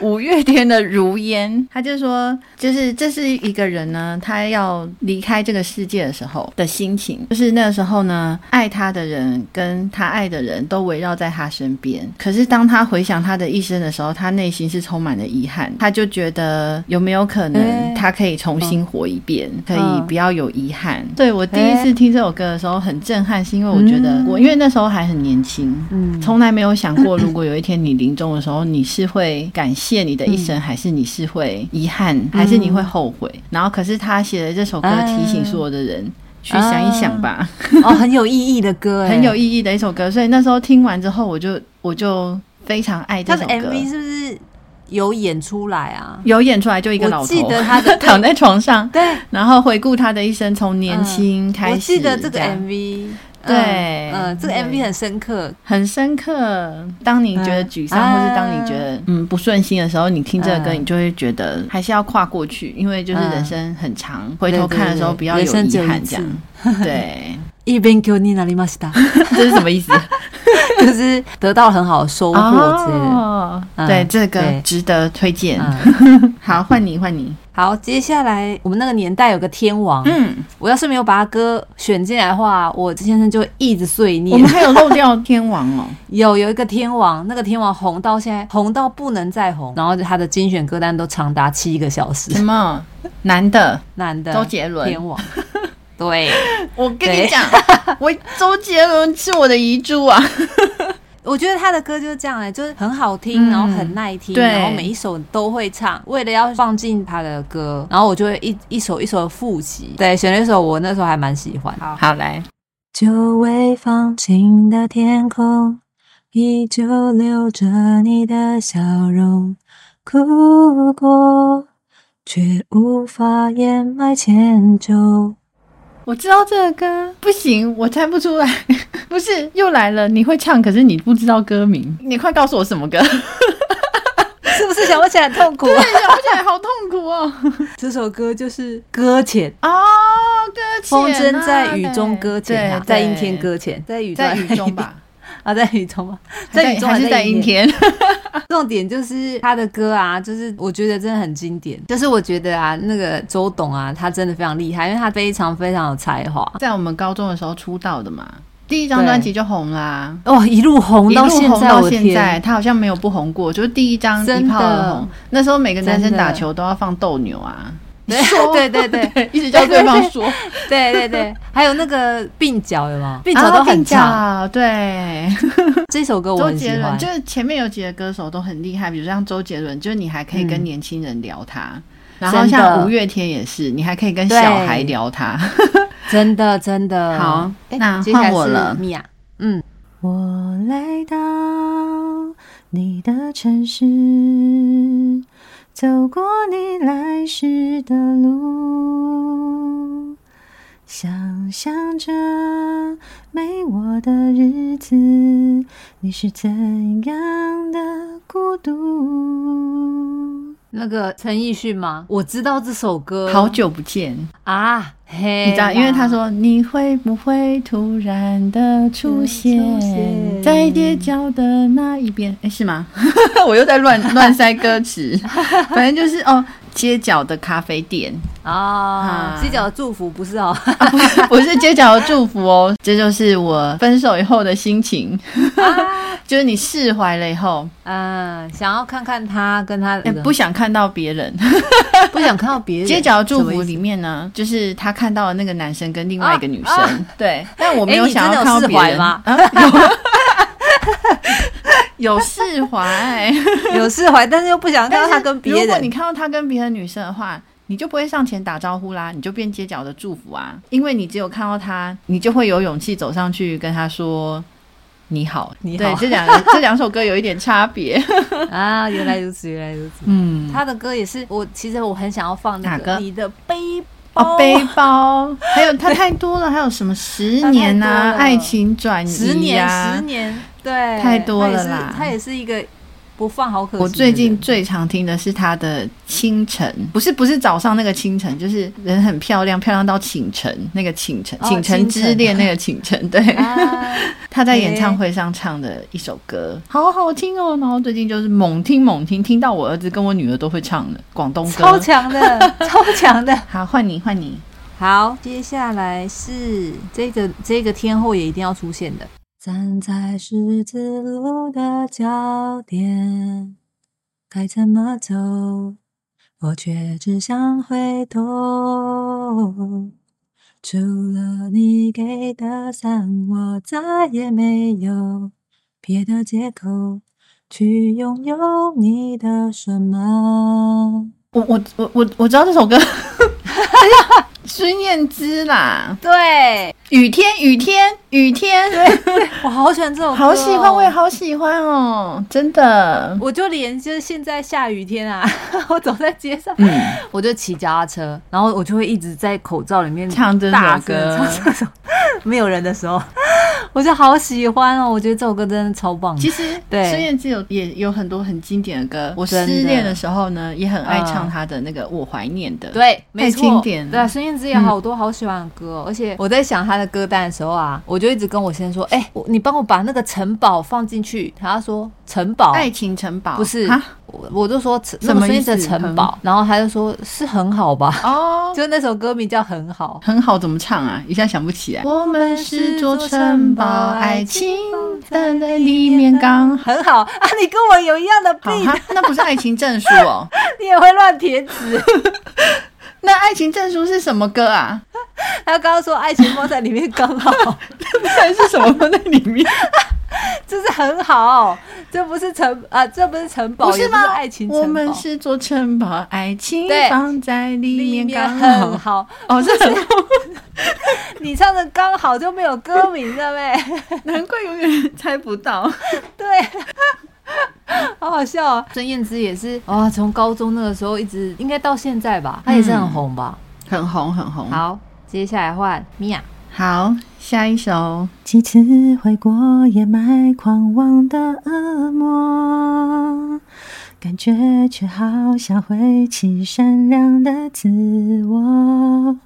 Speaker 1: 五月天的如烟，他就说，就是这是一个人呢，他要离开这个世界的时候的心情，就是那个时候呢，爱他的人跟他爱的人都围绕在他身边。可是当他回想他的一生的时候，他内心是充满了遗憾，他就觉得有没有可
Speaker 2: 哎
Speaker 1: 能他可以重新活一遍，可以不要有遗憾。嗯对我第一
Speaker 2: 哎
Speaker 1: 次听这首歌的时候很震撼，是因为我觉得
Speaker 2: 嗯
Speaker 1: 我因为那时候还很年轻，
Speaker 2: 嗯
Speaker 1: 从来没有想过，如果有一天你临终的时候，你是会感谢你的一生，还是你是会遗憾，还是你会后悔？然后，可是他写的这首歌
Speaker 2: 啊
Speaker 1: 提醒所有的人。去想一想吧，
Speaker 2: 哦，很有意义的歌哎，
Speaker 1: 很有意义的一首歌。所以那时候听完之后，我就我就非常爱这
Speaker 2: 他的
Speaker 1: 首歌。
Speaker 2: MV 是不是有演出来啊？
Speaker 1: 有演出来就一个老头，
Speaker 2: 我记得他 的
Speaker 1: 躺在床上，
Speaker 2: 对，
Speaker 1: 然后回顾他的一生，从年轻开
Speaker 2: 我
Speaker 1: 始。
Speaker 2: 记得这个
Speaker 1: 样
Speaker 2: MV，
Speaker 1: 对
Speaker 2: 嗯，这个
Speaker 1: 对
Speaker 2: MV 很深刻，
Speaker 1: 很深刻。当你觉得沮丧，
Speaker 2: 嗯
Speaker 1: 或是当你觉得嗯不顺心的时候，你听这个歌，
Speaker 2: 嗯
Speaker 1: 你就会觉得还是要跨过去，因为就是
Speaker 2: 嗯
Speaker 1: 人生很长，回头看的时候
Speaker 2: 对对对
Speaker 1: 不要
Speaker 2: 人生只
Speaker 1: 遗
Speaker 2: 有一
Speaker 1: 憾，这
Speaker 2: 次
Speaker 1: 样嗯对。
Speaker 2: 一边给你拿里马西达，
Speaker 1: 这是什么意思？
Speaker 2: 就是得到很好的收获之类的。
Speaker 1: 哦
Speaker 2: 嗯
Speaker 1: 对，这个
Speaker 2: 对
Speaker 1: 值得推荐。
Speaker 2: 嗯，
Speaker 1: 好，换你，换你。
Speaker 2: 好，接下来我们那个年代有个天王，
Speaker 1: 嗯，
Speaker 2: 我要是没有把他歌选进来的话，我先生就会一直碎
Speaker 1: 我们
Speaker 2: 念。
Speaker 1: 还有漏掉天王哦。
Speaker 2: 有有一个天王，那个天王红到现在红到不能再红，然后他的精选歌单都长达七个小时
Speaker 1: 什。么？男的？
Speaker 2: 男的
Speaker 1: 周杰伦
Speaker 2: 天王，对，
Speaker 1: 我跟你
Speaker 2: 对
Speaker 1: 讲，我周杰伦是我的遗珠啊。
Speaker 2: 我觉得他的歌就是这样哎、就是很好听，
Speaker 1: 嗯
Speaker 2: 然后很耐听，
Speaker 1: 对
Speaker 2: 然后每一首都会唱。为了要放进他的歌，然后我就会一一首一首的复习。对，选了一首我那时候还蛮喜欢。好，
Speaker 1: 好，来，
Speaker 4: 久未放晴的天空，依旧留着你的笑容。哭过，却无法掩埋歉疚。
Speaker 1: 我知道这个歌，不行，我猜不出来。 不是，又来了，你会唱，可是你不知道歌名，哎你快告诉我什 么歌？
Speaker 2: 是不是想不起来很痛苦？啊
Speaker 1: 想不起来，好痛苦哦。
Speaker 2: 这首歌就是《搁浅》。
Speaker 1: 哦，搁浅、啊，
Speaker 2: 风筝在雨中搁浅、啊，
Speaker 1: 对
Speaker 2: 在阴天，
Speaker 1: 对
Speaker 2: 搁浅，在雨
Speaker 1: 在雨中吧。
Speaker 2: 啊，在雨中吧，
Speaker 1: 在
Speaker 2: 在雨
Speaker 1: 雨
Speaker 2: 中
Speaker 1: 中还是在阴
Speaker 2: 阴天。
Speaker 1: 天？
Speaker 2: 重点就是他的歌啊，就是我觉得真的很经典。就是我觉得啊，那个周董啊，他真的非常厉害，因为他非常非常有才华。
Speaker 1: 在我们高中的时候出道的嘛，第一张专辑就红啦。
Speaker 2: 哇、哦一路红
Speaker 1: 哦一路
Speaker 2: 到现
Speaker 1: 红
Speaker 2: 在，
Speaker 1: 到
Speaker 2: 我
Speaker 1: 现在，
Speaker 2: 天，
Speaker 1: 他好像没有不红过，就是第一张
Speaker 2: 真
Speaker 1: 一
Speaker 2: 的
Speaker 1: 炮而红。那时候每个男生
Speaker 2: 真的
Speaker 1: 打球都要放斗牛啊，
Speaker 2: 对对对对
Speaker 1: 对， 一直叫对方说，
Speaker 2: 对对对，还有那个鬓角有没有？鬓角
Speaker 1: 啊
Speaker 2: 都
Speaker 1: 鬓
Speaker 2: 很
Speaker 1: 角
Speaker 2: 长。
Speaker 1: 对，
Speaker 2: 这首 歌我
Speaker 1: 周
Speaker 2: 很喜
Speaker 1: 杰伦
Speaker 2: 欢，
Speaker 1: 就是前面有几个歌手都很厉害，比如像周杰伦，就是你还可以跟
Speaker 2: 嗯
Speaker 1: 年轻人聊他。然
Speaker 2: 真的
Speaker 1: 后像五月天也是，你还可以跟小孩聊 他。
Speaker 2: 真的真的
Speaker 1: 好
Speaker 2: 诶
Speaker 1: 那
Speaker 2: 接下来
Speaker 1: 换我
Speaker 2: 是
Speaker 1: 了
Speaker 2: 米娅，嗯，
Speaker 4: 我来到你的城市，走过你来时的路，想象着没我的日子，你是怎样的孤独？
Speaker 2: 那个陈奕迅吗？我知道这首歌，
Speaker 1: 好久不见，
Speaker 2: 啊，嘿啦，
Speaker 1: 你知道，因为他说你会不会突然的出现
Speaker 2: 嗯出现
Speaker 1: 在街角的那一边？哎，是吗？ 我又在 乱乱塞歌词，反正就是哦，街角的咖啡店。
Speaker 2: 啊
Speaker 1: 啊，
Speaker 2: 鸡脚的祝福不是 哦，
Speaker 1: 啊不 是不是街角的祝福哦，这就是我分手以后的心情，
Speaker 2: 啊
Speaker 1: 就是你释怀了以后，
Speaker 2: 嗯，想要看看他跟他
Speaker 1: 哎不想看到别人。
Speaker 2: 不想看到别人
Speaker 1: 街角的祝
Speaker 2: 什
Speaker 1: 福
Speaker 2: 么意思
Speaker 1: 里面呢，就是他看到了那个男生跟另外一个女生，
Speaker 2: 啊啊
Speaker 1: 对，但我没
Speaker 2: 哎你
Speaker 1: 想要
Speaker 2: 真
Speaker 1: 看到
Speaker 2: 的有释
Speaker 1: 别
Speaker 2: 怀
Speaker 1: 人
Speaker 2: 吗
Speaker 1: 啊， 有有释怀。
Speaker 2: 有释怀，但是又不想看
Speaker 1: 但
Speaker 2: 到
Speaker 1: 是
Speaker 2: 他跟别
Speaker 1: 如果你
Speaker 2: 人。
Speaker 1: 看到他跟别的女生的话，你就不会上前打招呼啦，你就变街角的祝福啊，因为你只有看到他，你就会有勇气走上去跟他说。你好，
Speaker 2: 你好
Speaker 1: 对这两这两首歌有一点差别。
Speaker 2: 啊，原来如此，原来如此。
Speaker 1: 嗯，
Speaker 2: 他的歌也是我，其实我很想要放那
Speaker 1: 哪个
Speaker 2: 个你的背包
Speaker 1: 哦，背包，还有他太多了，还有什么十年
Speaker 2: 它太多
Speaker 1: 呐、
Speaker 2: 了
Speaker 1: 爱情转移、啊、
Speaker 2: 十年十年，对，
Speaker 1: 太多了啦
Speaker 2: 他也是他也是一个不放好可惜的人。
Speaker 1: 我最近最常听的是她的《清晨》，不是不是早上那个清晨，就是人很漂亮，漂亮到倾城那个倾城，
Speaker 2: 哦
Speaker 1: 倾城之 恋那个倾城，对，
Speaker 2: 啊，
Speaker 1: 她在演唱会上唱的一首歌，好好听哦。然后最近就是猛听猛听，听到我儿子跟我女儿都会唱的广东歌。
Speaker 2: 超强 的，超强的。
Speaker 1: 好，换你换你，
Speaker 2: 好，接下来是这个这个天后也一定要出现的，
Speaker 4: 站在十字路的交点，该怎么走？我却只想回头。除了你给的伞，我再也没有别的借口去拥有你的什么。
Speaker 1: 哦我我我我我知道这首歌。 孙燕姿啦，
Speaker 2: 对，
Speaker 1: 雨天，雨天，雨天，对，
Speaker 2: 我好喜欢这首歌、哦
Speaker 1: 好喜欢，我也。好喜欢哦，真的。
Speaker 2: 我就连就是现在下雨天啊， 我走在街上，
Speaker 1: 嗯，
Speaker 2: 我就骑脚踏车，然后我就会一直在口罩里面
Speaker 1: 唱这首
Speaker 2: 大声
Speaker 1: 歌
Speaker 2: 唱这首 没有人的时候，我就好喜欢哦。我觉得这首歌真的超棒的。
Speaker 1: 其实
Speaker 2: 对
Speaker 1: 孙燕姿有也有很多很经典的歌，我失
Speaker 2: 真的
Speaker 1: 恋的时候呢，也很爱唱
Speaker 2: 嗯
Speaker 1: 她的那个《我怀念的》。
Speaker 2: 对，没错，
Speaker 1: 经典了
Speaker 2: 对啊，孙燕姿也好多好喜欢的歌哦、而且我在想她的歌单的时候啊，我就一直跟我先生说：“哎、我你帮我把那个城堡放进去。”他说：“城堡
Speaker 1: 爱情城堡》
Speaker 2: 不是
Speaker 1: 啊？，
Speaker 2: 我我就说城那
Speaker 1: 什
Speaker 2: 个
Speaker 1: 么
Speaker 2: 孙
Speaker 1: 意
Speaker 2: 燕姿的
Speaker 1: 思
Speaker 2: 城堡，然后他就说是很好吧，
Speaker 1: 哦，
Speaker 2: 就那首歌名叫《很好》。
Speaker 1: 很好，怎么唱啊？一下想不起来。我们
Speaker 2: 是座城堡爱情
Speaker 1: 在里面刚。
Speaker 2: 很好 啊！你跟我有一样的病
Speaker 1: 好，，哈那不是爱情证书哦。
Speaker 2: 你也会乱填词。
Speaker 1: 那爱情证书是什么歌啊？
Speaker 2: 他刚刚说《爱情放在里面刚好》，
Speaker 1: 那不是还是什么歌在里面？
Speaker 2: 这是很好，这不是城啊，这不是城堡，
Speaker 1: 不是
Speaker 2: 也不
Speaker 1: 吗？
Speaker 2: 是爱情城堡，
Speaker 1: 我们是座城堡，爱情
Speaker 2: 对
Speaker 1: 放在里
Speaker 2: 里
Speaker 1: 面
Speaker 2: 面
Speaker 1: 刚
Speaker 2: 很
Speaker 1: 好。
Speaker 2: 好。
Speaker 1: 哦，是 什么？
Speaker 2: 你唱的刚好就没有歌名了呗？
Speaker 1: 难怪永远猜不到。
Speaker 2: 对。 好好笑、哦，孙燕姿也是啊，从高中那个时候一直应该到现在吧，她也是很红吧。
Speaker 1: 很红，很红。
Speaker 2: 好，接下来换米娅，
Speaker 1: 好，下一首。
Speaker 4: 几次回过掩埋狂妄的恶魔，感觉却好像挥起善良的自我。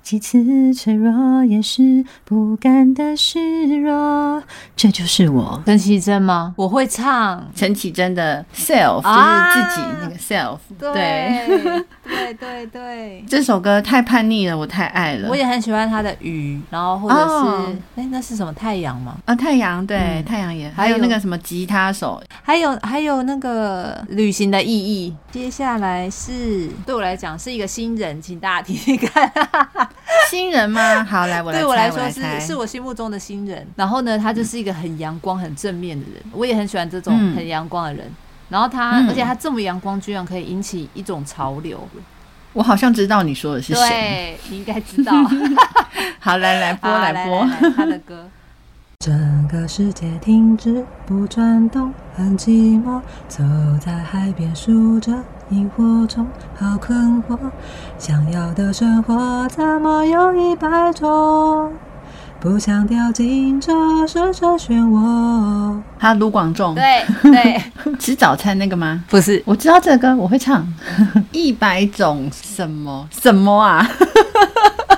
Speaker 4: 几次脆弱也是不甘的示弱，这就是我。
Speaker 2: 陈绮贞吗？我会唱，
Speaker 1: 陈绮贞的 self
Speaker 2: 啊
Speaker 1: 就是自己那个 self，
Speaker 2: 对对对对，
Speaker 1: 这首歌太叛逆了，我太爱了。
Speaker 2: 我也很喜欢她的雨，然后或者是
Speaker 1: 哦
Speaker 2: 哎、那是什么太阳吗？
Speaker 1: 啊，太阳对、
Speaker 2: 嗯
Speaker 1: 太阳也，
Speaker 2: 还
Speaker 1: 还有
Speaker 2: 有
Speaker 1: 那个什么吉他手，
Speaker 2: 还有还有那个旅行的意义。接下来是对我来讲是一个新人，请大家听听 看。
Speaker 1: 新人吗？好， 来我来
Speaker 2: 对
Speaker 1: 猜，
Speaker 2: 我
Speaker 1: 我
Speaker 2: 来说是
Speaker 1: 猜
Speaker 2: 是我心目中的新人。然后呢，他就是一个很阳光、很正面的人，我也很喜欢这种
Speaker 1: 嗯
Speaker 2: 很阳光的人。然后他，
Speaker 1: 嗯
Speaker 2: 而且他这么阳光，居然可以引起一种潮流。
Speaker 1: 我好像知道你说的是谁。
Speaker 2: 对，你应该 知道。
Speaker 1: 好，来来播
Speaker 2: 好来
Speaker 1: 播，
Speaker 2: 来来他的歌。
Speaker 4: 整个世界停止不转动，很寂寞。走在海边，数着萤火虫，好困惑。想要的生活怎么有一百种？不想掉进这奢侈漩涡。
Speaker 1: 还有卢广仲，
Speaker 2: 对对，
Speaker 1: 吃早餐那个吗？
Speaker 2: 不是
Speaker 1: 我知道这个歌，我会唱 一百种什么什么啊？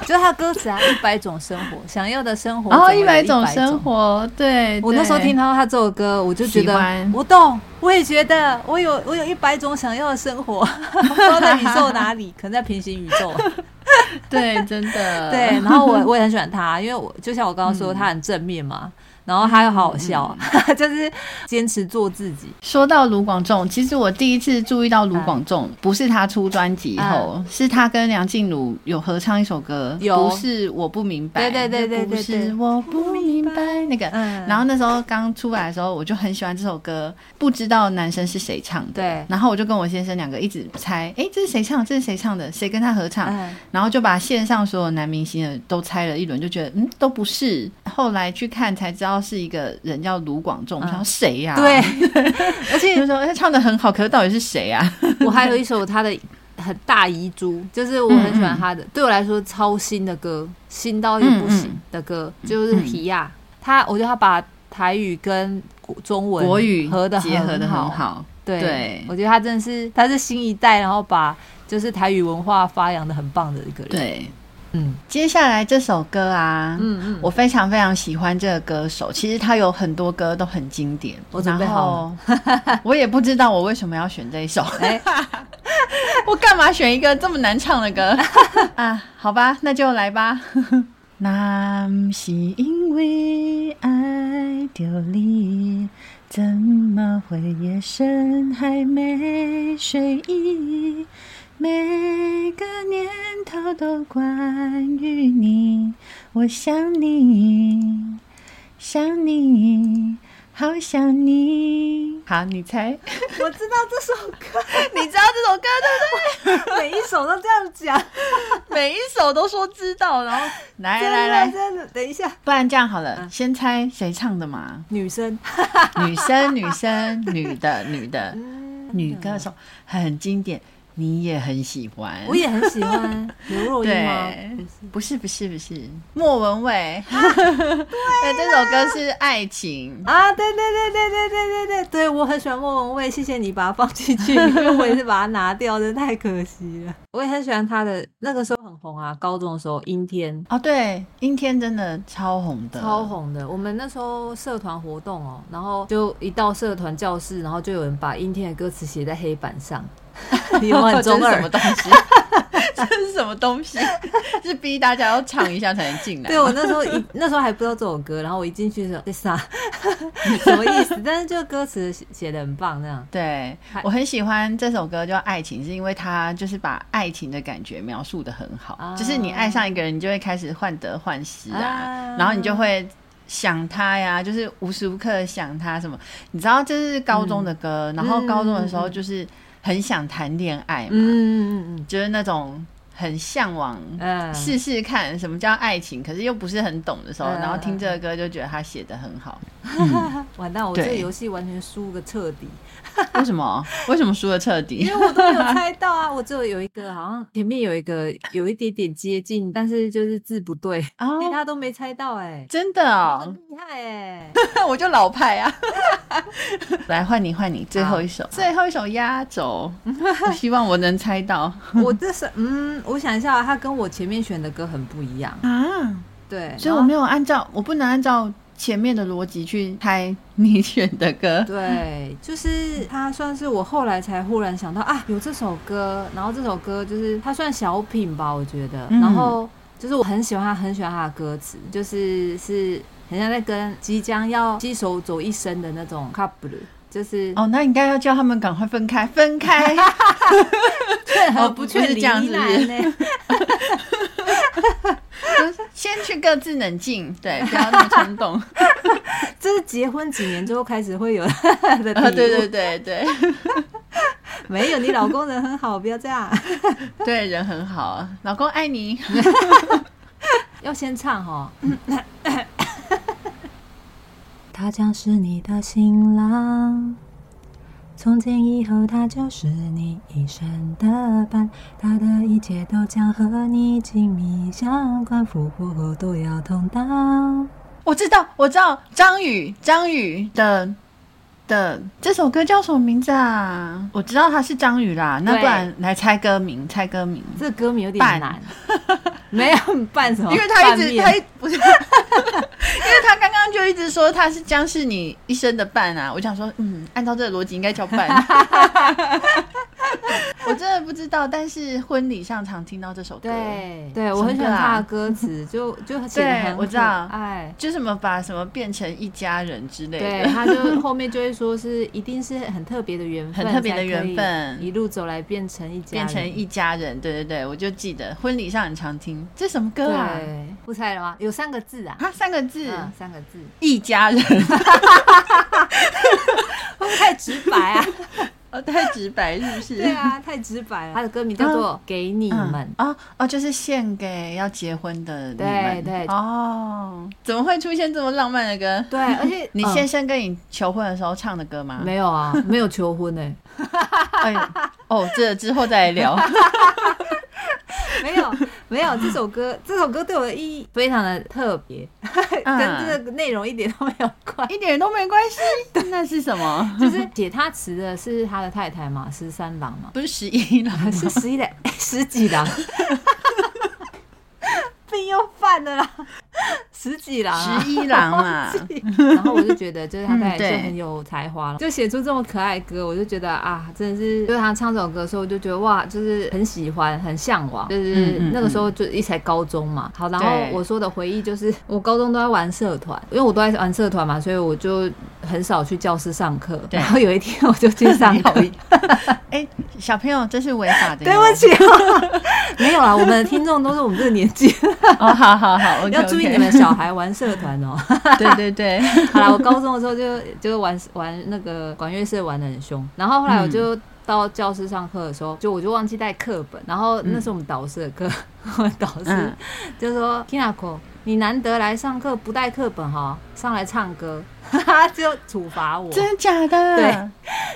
Speaker 2: 就他歌词啊，一百种生 活，想要的生活，
Speaker 1: 然后哦
Speaker 2: 一
Speaker 1: 一百种生。活，对
Speaker 2: 我那时候听
Speaker 1: 到
Speaker 2: 到他这首歌，我就觉
Speaker 1: 喜
Speaker 2: 得
Speaker 1: 欢
Speaker 2: 我懂，我也觉得我有我有一百种想要的 生活，不知道在宇宙哪里，可能在平行宇宙。
Speaker 1: 对，真的
Speaker 2: 对，然后我我也很喜欢他，因为我就像我刚刚说，他很正面嘛，然后他又好好笑，
Speaker 1: 嗯
Speaker 2: 就是坚持做自己。
Speaker 1: 说到卢广仲，其实我第一次注意到卢广仲，不是他出专辑以后，是他跟梁静茹有合唱一首歌，
Speaker 2: 嗯有
Speaker 1: 不是我不明白，
Speaker 2: 对对对对对
Speaker 1: 不
Speaker 2: 对
Speaker 1: 是我不明白那个。
Speaker 2: 嗯
Speaker 1: 然后那时候刚出来的时候，我就很喜欢这首歌，不知道男生是谁唱的。
Speaker 2: 对
Speaker 1: 然后我就跟我先生两个一直猜，哎，这是谁唱？这是谁唱的？谁跟他合唱？
Speaker 2: 嗯，
Speaker 1: 然后就把线上所有男明星的都猜了一轮，就觉得嗯都不是。后来去看才知道是一个人叫卢广仲，我想说谁呀、
Speaker 2: 嗯对，而
Speaker 1: 就
Speaker 2: 且
Speaker 1: 说他唱的很好，可是到底是谁啊？
Speaker 2: 我还有一首他的很大遗珠，就是我很喜欢他的，对我来说超新的歌，新到一个不行的歌，就是《皮亚》。他我觉得他把台语跟中文
Speaker 1: 国语
Speaker 2: 合的
Speaker 1: 结合的
Speaker 2: 好
Speaker 1: 很。好，
Speaker 2: 对，
Speaker 1: 对
Speaker 2: 我觉得他真的是他是新一代，然后把就是台语文化发扬的很棒的一个人。，
Speaker 1: 对。
Speaker 2: 嗯
Speaker 1: 接下来这首歌啊，
Speaker 2: 嗯嗯，
Speaker 1: 我非常非常喜欢这个歌手，其实他有很多歌都很经典。
Speaker 2: 我准备好
Speaker 1: 然后我也不知道我为什么要选这一首，
Speaker 2: 哎，
Speaker 1: 我干嘛选一个这么难唱的 歌啊？好吧，那就来吧。
Speaker 4: 那不是因为爱着你，怎么会夜深还没睡意？每个念头都关于你，我想你，想你，好想你。
Speaker 1: 好，你猜，
Speaker 2: 我知道这首歌，
Speaker 1: 你知道这首歌
Speaker 2: 每一首都这样讲。
Speaker 1: 对 不对？每一首都说知道，然后来来
Speaker 2: 来，
Speaker 1: 来，
Speaker 2: 真的，嗯等一下，
Speaker 1: 不然这样好了，先猜谁唱的 嘛？
Speaker 2: 女生，
Speaker 1: 女生，女生，女的，女的，
Speaker 2: 嗯
Speaker 1: 女歌手很经典，你也很喜欢。
Speaker 2: 我也很喜 欢刘若英吗？
Speaker 1: 对
Speaker 2: 不是
Speaker 1: 不是不是不是，莫文 蔚。哎，这首歌是《爱情》。
Speaker 2: 啊，对对对对对对对对，对我很喜欢莫文蔚，谢谢你把它放进去，因为我也是把它拿掉，真的太可惜了。我也很喜欢她的，那个时候很红啊，高中的时候，阴天
Speaker 1: 哦，对，阴天真的超红的，
Speaker 2: 超。红的。我们那时候社团活动哦，然后就一到社团教室，然后就有人把阴天的歌词写在黑板上，有没有很
Speaker 1: 这
Speaker 2: 中
Speaker 1: 是什么
Speaker 2: 二。
Speaker 1: 东西？这是什么东西？ 是逼大家要唱一下才能进来吗？
Speaker 2: 对我那时候一那时候还不知道这首歌，然后我一进去的时候，这啥什么意思？但是就歌词写写的很棒，那样
Speaker 1: 对
Speaker 2: 嗨
Speaker 1: 我很喜欢这首歌叫《爱情》，是因为它就是把爱情的感觉描述的很好，
Speaker 2: 啊
Speaker 1: 就是你爱上一个人，你就会开始患得患失啊，
Speaker 2: 啊
Speaker 1: 然后你就会。想他呀，就是无时无刻地想他什么，你知道这是高中
Speaker 2: 嗯
Speaker 1: 的歌，然后高中的时候就是很想谈恋爱嘛，
Speaker 2: 嗯嗯嗯
Speaker 1: 就是那种很向往
Speaker 2: 嗯嗯，
Speaker 1: 试试看什么叫爱情，可是又不是很懂的时候，
Speaker 2: 嗯
Speaker 1: 然后听这个歌就觉得他写的很好。
Speaker 2: 完蛋，我
Speaker 1: 对
Speaker 2: 这个游戏完全输个彻底，
Speaker 1: 为什 么？为什么输的彻底？
Speaker 2: 因为我都没有猜到啊， 我只有有一个好像前面有一个有一点点接近，但是就是字不对，
Speaker 1: 哦
Speaker 2: 其他都没猜到哎、
Speaker 1: 真的哦
Speaker 2: 很，厉害哎、
Speaker 1: 我就老派啊。 来换你换你，最后一首，
Speaker 2: 好
Speaker 1: 最后一首压 轴，我希望我能猜到
Speaker 2: 我这是嗯，我想一下啊，它跟我前面选的歌很不一样，
Speaker 1: 啊，
Speaker 2: 对，
Speaker 1: 所以我
Speaker 2: 然后
Speaker 1: 没有按照，我不能按照前面的逻辑去猜你选的歌。
Speaker 2: 对，就是它算是我后来才忽然想到啊，有这首歌，然后这首歌就是它算小品吧，我觉得，
Speaker 1: 嗯
Speaker 2: 然后就是我很喜欢它，很喜欢它的歌词，就是是很像在跟即将要携手走一生的那种 couple，就是
Speaker 1: 哦，那应该要叫他们赶快分开，分 开。
Speaker 2: 劝
Speaker 1: 哦
Speaker 2: 和
Speaker 1: 不
Speaker 2: 不
Speaker 1: 是
Speaker 2: 劝
Speaker 1: 这
Speaker 2: 离
Speaker 1: 样是不
Speaker 2: 难
Speaker 1: 是
Speaker 2: 呢、
Speaker 1: 先去各自冷静， 对，不要那么冲动。
Speaker 2: 这是结婚几年之后开始 会有 的体悟、
Speaker 1: 呃，对对对对
Speaker 2: 没有你老公人很好，不要这样，
Speaker 1: 对，人很好，啊老公爱你。
Speaker 2: 要先唱哦 哈、
Speaker 4: 他将是你的新郎，从今以后他就是你一生的伴，他的一切都将和你紧密相关，福祸祸都要同当。
Speaker 1: 我知道，我知道，张宇，张宇的的这首歌叫什么名字啊？我知道他是张宇啦，那
Speaker 2: 对
Speaker 1: 不然来猜歌名，猜歌名，
Speaker 2: 这个歌名有点
Speaker 1: 伴
Speaker 2: 难， 没有伴什么？
Speaker 1: 因为他一
Speaker 2: 拌
Speaker 1: 直
Speaker 2: 哦面
Speaker 1: 他一不是， 因为他刚刚就一直说他是将是你一生的伴啊。我想说，嗯，按照这个逻辑应该叫伴。 我真的不知道，但是婚礼上常听到这首歌，
Speaker 2: 对对，我
Speaker 1: 什么
Speaker 2: 很喜欢
Speaker 1: 歌啊
Speaker 2: 他的歌 词，就就写的
Speaker 1: 对
Speaker 2: 很
Speaker 1: 我知道
Speaker 2: 哎，
Speaker 1: 就什么把什么变成一家人之类
Speaker 2: 对，
Speaker 1: 的。
Speaker 2: 他就后面就会说是一定是很特别的缘分，
Speaker 1: 很特别的缘分
Speaker 2: 才可以一路走来变成一家
Speaker 1: 变
Speaker 2: 人，
Speaker 1: 成一家人，对对对，我就记得婚礼上很常听，这什么歌啊？
Speaker 2: 对，不猜了吗？有三个字啊，
Speaker 1: 啊，三个字，
Speaker 2: 嗯，三个字，
Speaker 1: 一家 人，
Speaker 2: 会不会太直白啊？
Speaker 1: 哦，太直白是不是？
Speaker 2: 对啊，太直白了。他的歌名叫做《给你
Speaker 1: 嗯。
Speaker 2: 们》。
Speaker 1: 哦哦，就是献给要结婚的你
Speaker 2: 对
Speaker 1: 们，
Speaker 2: 对
Speaker 1: 哦，怎么会出现这么浪漫的歌？
Speaker 2: 对，而且
Speaker 1: 你
Speaker 2: 嗯
Speaker 1: 先生跟你求婚的时候唱的歌吗？
Speaker 2: 没有 啊，没有求婚呢，
Speaker 1: 哎，哦，这之后再来 聊。
Speaker 2: 没有没有。这首歌这首歌对我的意义非常的特别，跟
Speaker 1: 嗯
Speaker 2: 这个内容一点都没有关。
Speaker 1: 一点都没关系，那是什么？
Speaker 2: 就是写他词的是他的太太嘛，十三郎嘛，
Speaker 1: 不是十一了吗？
Speaker 2: 是十一郎、 哎十几郎，病又犯了啦，十几郎啊、
Speaker 1: 十一郎 嘛，
Speaker 2: 然后我就觉得，就是他
Speaker 1: 嗯
Speaker 2: 太太
Speaker 1: 对
Speaker 2: 就很有才华了，就写出这么可爱的歌，我就觉得啊，真的是，就是他唱这首歌的时候，我就觉得哇，就是很喜欢，很向往，就是
Speaker 1: 嗯嗯
Speaker 2: 那个时候就一才高中嘛。好，然后
Speaker 1: 对
Speaker 2: 我说的回忆就是，我高中都在玩社团，因为我都在玩社团嘛，所以我就很少去教室上课，
Speaker 1: 对
Speaker 2: 然后有一天我就去 上
Speaker 1: 你
Speaker 2: 课
Speaker 1: 好。 哎、小朋友，这是违法的哟。
Speaker 2: 对不起、
Speaker 1: 啊
Speaker 2: 哦， 没有啦，我们的听众都是我们这个年 纪，
Speaker 1: 哦，好好好，
Speaker 2: 要注意你们。小孩玩社团 哦。
Speaker 1: 对对对，
Speaker 2: 好啦，我高中的时候就就玩玩那个管乐社玩的很凶，然后后来我就
Speaker 1: 嗯
Speaker 2: 到教室上课的时候，就我就忘记带课本，然后那是我们导师的课， 我们导师
Speaker 1: 嗯
Speaker 2: 就说 Kinako。你难得来上课不带课本哈、上来唱歌， 他就处罚 我。
Speaker 1: 真的假的？
Speaker 2: 对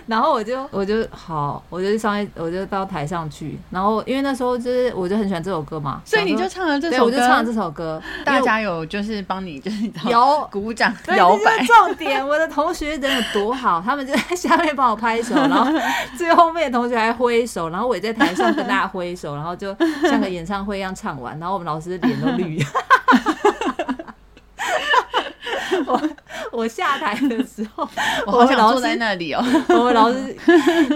Speaker 2: 然后我就我就好，我就上一我就到台上去，然后因为那时候就是我就很喜欢这首歌嘛，
Speaker 1: 所以你
Speaker 2: 想
Speaker 1: 就
Speaker 2: 说
Speaker 1: 唱了这
Speaker 2: 对，
Speaker 1: 首歌，
Speaker 2: 我就唱了这首歌，
Speaker 1: 大家有就是帮你 就是
Speaker 2: 摇
Speaker 1: 鼓掌
Speaker 2: 对
Speaker 1: 摇
Speaker 2: 这
Speaker 1: 摆
Speaker 2: 就是，重点，我的同学人有多好，他们就在下面帮我拍手，然 后最后面的同学还挥手，然后我也在台上跟大家挥手，然后就像个演唱会一样唱完，然后我们老师脸都绿。 我我下台的时候，
Speaker 1: 我好
Speaker 2: 们
Speaker 1: 想
Speaker 2: 老
Speaker 1: 坐
Speaker 2: 师
Speaker 1: 在那里哦。
Speaker 2: 我们老师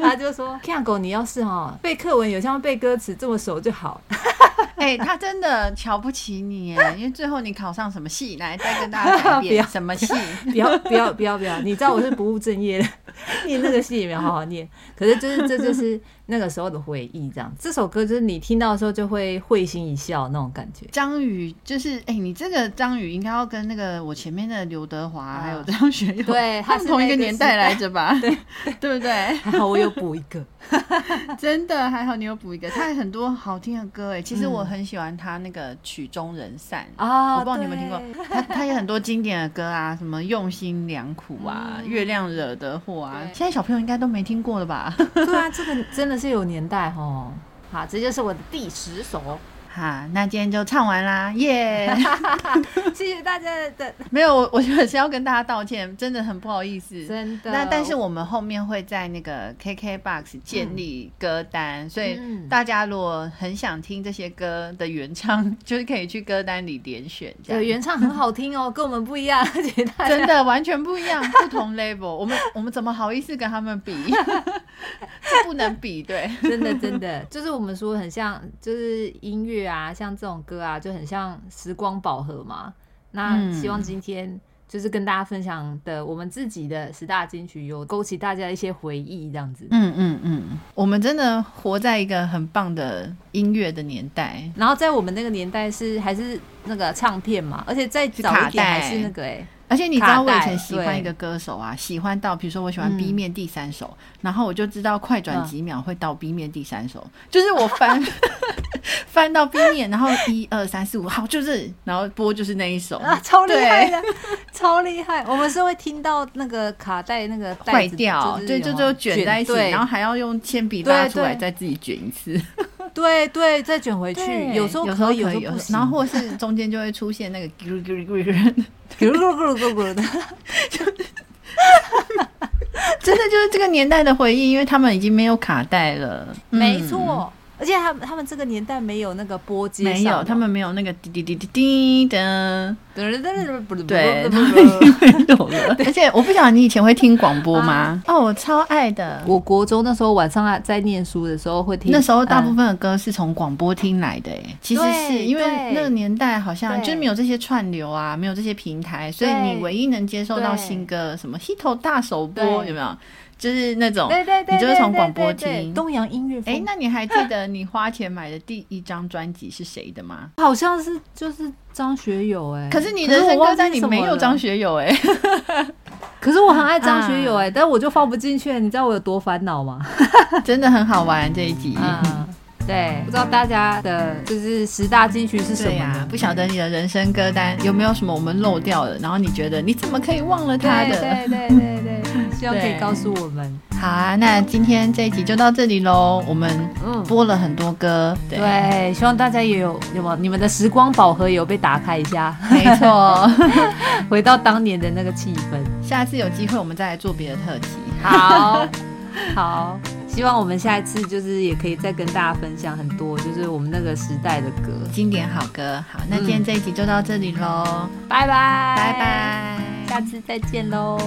Speaker 2: 他就说 k a n g o 你要是哈、背课文有像背歌词这么熟就好。
Speaker 1: 哎、他真的瞧不起你哎，因为最后你考上什么系，来再跟大家讲一
Speaker 2: 不要
Speaker 1: 遍什么系。
Speaker 2: 不要不要不要不要！你知道我是不务正业的，念那个戏也没有好好念。可是就是这就是那个时候的回忆，这样。这首歌就是你听到的时候就会会心一笑那种感觉。
Speaker 1: 张宇就是，哎、你这个张宇应该要跟那个我前面的刘德华、还有
Speaker 2: 啊
Speaker 1: 张学友，
Speaker 2: 对他
Speaker 1: 他
Speaker 2: 是
Speaker 1: 们同一
Speaker 2: 那
Speaker 1: 个
Speaker 2: 个
Speaker 1: 年
Speaker 2: 时
Speaker 1: 代来
Speaker 2: 代
Speaker 1: 着吧？ 对，对不对？
Speaker 2: 还好我有补一个，
Speaker 1: 真的还好你有补一个，他有很多好听的歌哎，其实我很喜欢他那个曲终人散
Speaker 2: 啊
Speaker 1: 我不知道你有没有听过
Speaker 2: 对，
Speaker 1: 他他有很多经典的歌啊，什么用心良苦啊，月亮惹的祸啊，
Speaker 2: 嗯对
Speaker 1: 现在小朋友应该都没听过了吧？
Speaker 2: 对啊，这个真的是有年代哦。好，这就是我的第十首，
Speaker 1: 哈，那今天就唱完啦，耶、
Speaker 2: 谢谢大家的，
Speaker 1: 没有，我我觉得是要跟大家道歉，真的很不好意思，
Speaker 2: 真的。
Speaker 1: 那但是我们后面会在那个 KKBOX 建立歌单，所以
Speaker 2: 嗯
Speaker 1: 大家如果很想听这些歌的原唱， 就是可以去歌单里点选这
Speaker 2: 对
Speaker 1: 样。
Speaker 2: 原唱很好听哦，跟我们不一样，谢谢大
Speaker 1: 真
Speaker 2: 家。
Speaker 1: 的完全不一样，不同 level。我们我们怎么好意思跟他们比？ 这不能比，对。
Speaker 2: 真的真的，就是我们说很像，就是音乐啊，像这种歌啊，就很像时光宝盒嘛。那
Speaker 1: 嗯
Speaker 2: 希望今天就是跟大家分享的我们自己的十大金曲，有勾起大家一些回忆，这样子。
Speaker 1: 嗯嗯嗯，我们真的活在一个很棒的音乐的年代。
Speaker 2: 然后在我们那个年代是还是那个唱片嘛，而且再早
Speaker 1: 卡
Speaker 2: 一点还
Speaker 1: 带
Speaker 2: 是那个哎、
Speaker 1: 而且你知道
Speaker 2: 卡
Speaker 1: 我
Speaker 2: 带
Speaker 1: 以前喜欢
Speaker 2: 对
Speaker 1: 一个歌手啊，喜欢到比如说我喜欢
Speaker 2: 嗯
Speaker 1: B 面第三首，然后我就知道快转几秒会
Speaker 2: 嗯
Speaker 1: 到 B 面第三首，就是我 翻翻到 B 面，然后一二三四五，好就是，然后播就是那一首。
Speaker 2: 啊，超厉害的， 超厉害！我们是会听到那个卡带那个带
Speaker 1: 坏
Speaker 2: 子
Speaker 1: 掉，
Speaker 2: 就是
Speaker 1: 对，
Speaker 2: 有
Speaker 1: 就
Speaker 2: 吗
Speaker 1: 就卷在一起，
Speaker 2: 对
Speaker 1: 然后还要用铅笔拉
Speaker 2: 对
Speaker 1: 出来，
Speaker 2: 对
Speaker 1: 再自己卷一次。
Speaker 2: 对对，再卷回去，
Speaker 1: 对
Speaker 2: 有时候
Speaker 1: 有时候
Speaker 2: 可以，
Speaker 1: 可
Speaker 2: 有
Speaker 1: 以，
Speaker 2: 时
Speaker 1: 有
Speaker 2: 候不
Speaker 1: 时
Speaker 2: 行。
Speaker 1: 候然后或是中间就会出现那个咕噜咕噜咕噜咕噜，
Speaker 2: 咕噜咕噜咕噜咕噜的，
Speaker 1: 真的就是这个年代的回忆，因为他们已经没有卡带了。嗯
Speaker 2: 没错。而且他们他们这个年代没有那个波接
Speaker 1: 没有，他们没有那个滴滴滴滴滴的，对，他们已
Speaker 2: 对啊
Speaker 1: 经没有了。而且我不晓得你以前会听广播 吗？哦，我超爱的。
Speaker 2: 我国中那时候晚上啊在念书的时候会听，
Speaker 1: 那时候大部
Speaker 2: 嗯
Speaker 1: 分的歌是从广播听来的、诶，其实是
Speaker 2: 对
Speaker 1: 因为
Speaker 2: 对
Speaker 1: 那个年代好像
Speaker 2: 对
Speaker 1: 就是没有这些串流啊，没有这些平台，所以
Speaker 2: 对
Speaker 1: 你唯一能接受到
Speaker 2: 对
Speaker 1: 新歌，什么 hit 大首播
Speaker 2: 对
Speaker 1: 有没有？就是那种，
Speaker 2: 对对对，
Speaker 1: 你就是
Speaker 2: 对
Speaker 1: 从广播
Speaker 2: 对对
Speaker 1: 听。
Speaker 2: 东洋音乐风。
Speaker 1: 哎、那你还记得你花钱买的第一张专辑是谁的吗？
Speaker 2: 好像是就是张学友哎，
Speaker 1: 可是你人
Speaker 2: 我
Speaker 1: 生
Speaker 2: 忘
Speaker 1: 歌
Speaker 2: 记
Speaker 1: 单里
Speaker 2: 什么
Speaker 1: 没有
Speaker 2: 了
Speaker 1: 张，学友哎、
Speaker 2: 可是我很爱张学友哎，但我就放不进去，你知道我有多烦恼吗？
Speaker 1: 真的很好玩这一集。
Speaker 2: 嗯， 对，不知道大家的就是十大金曲是什么
Speaker 1: 对呀、
Speaker 2: 呢？
Speaker 1: 不晓得你的人生歌单有没有什么我们漏掉的，然后你觉得你怎么可以忘了他的？
Speaker 2: 对对对对对， 希望可以
Speaker 1: 对
Speaker 2: 告诉我们。
Speaker 1: 好啊，那今天这一集就到这里喽。我们
Speaker 2: 嗯，
Speaker 1: 播了很多歌，对，
Speaker 2: 对，啊希望大家也有有没有你们的时光宝盒有被打开一 下，
Speaker 1: 没错。
Speaker 2: 回到当年的那个气氛。
Speaker 1: 下次有机会我们再来做别的特辑。
Speaker 2: 好， 好，希望我们下一次就是也可以再跟大家分享很多，就是我们那个时代的歌。
Speaker 1: 经典好歌，好，那今天这一集就到这里喽，
Speaker 2: 嗯拜拜，
Speaker 1: 拜，拜。
Speaker 2: 下次再见喽。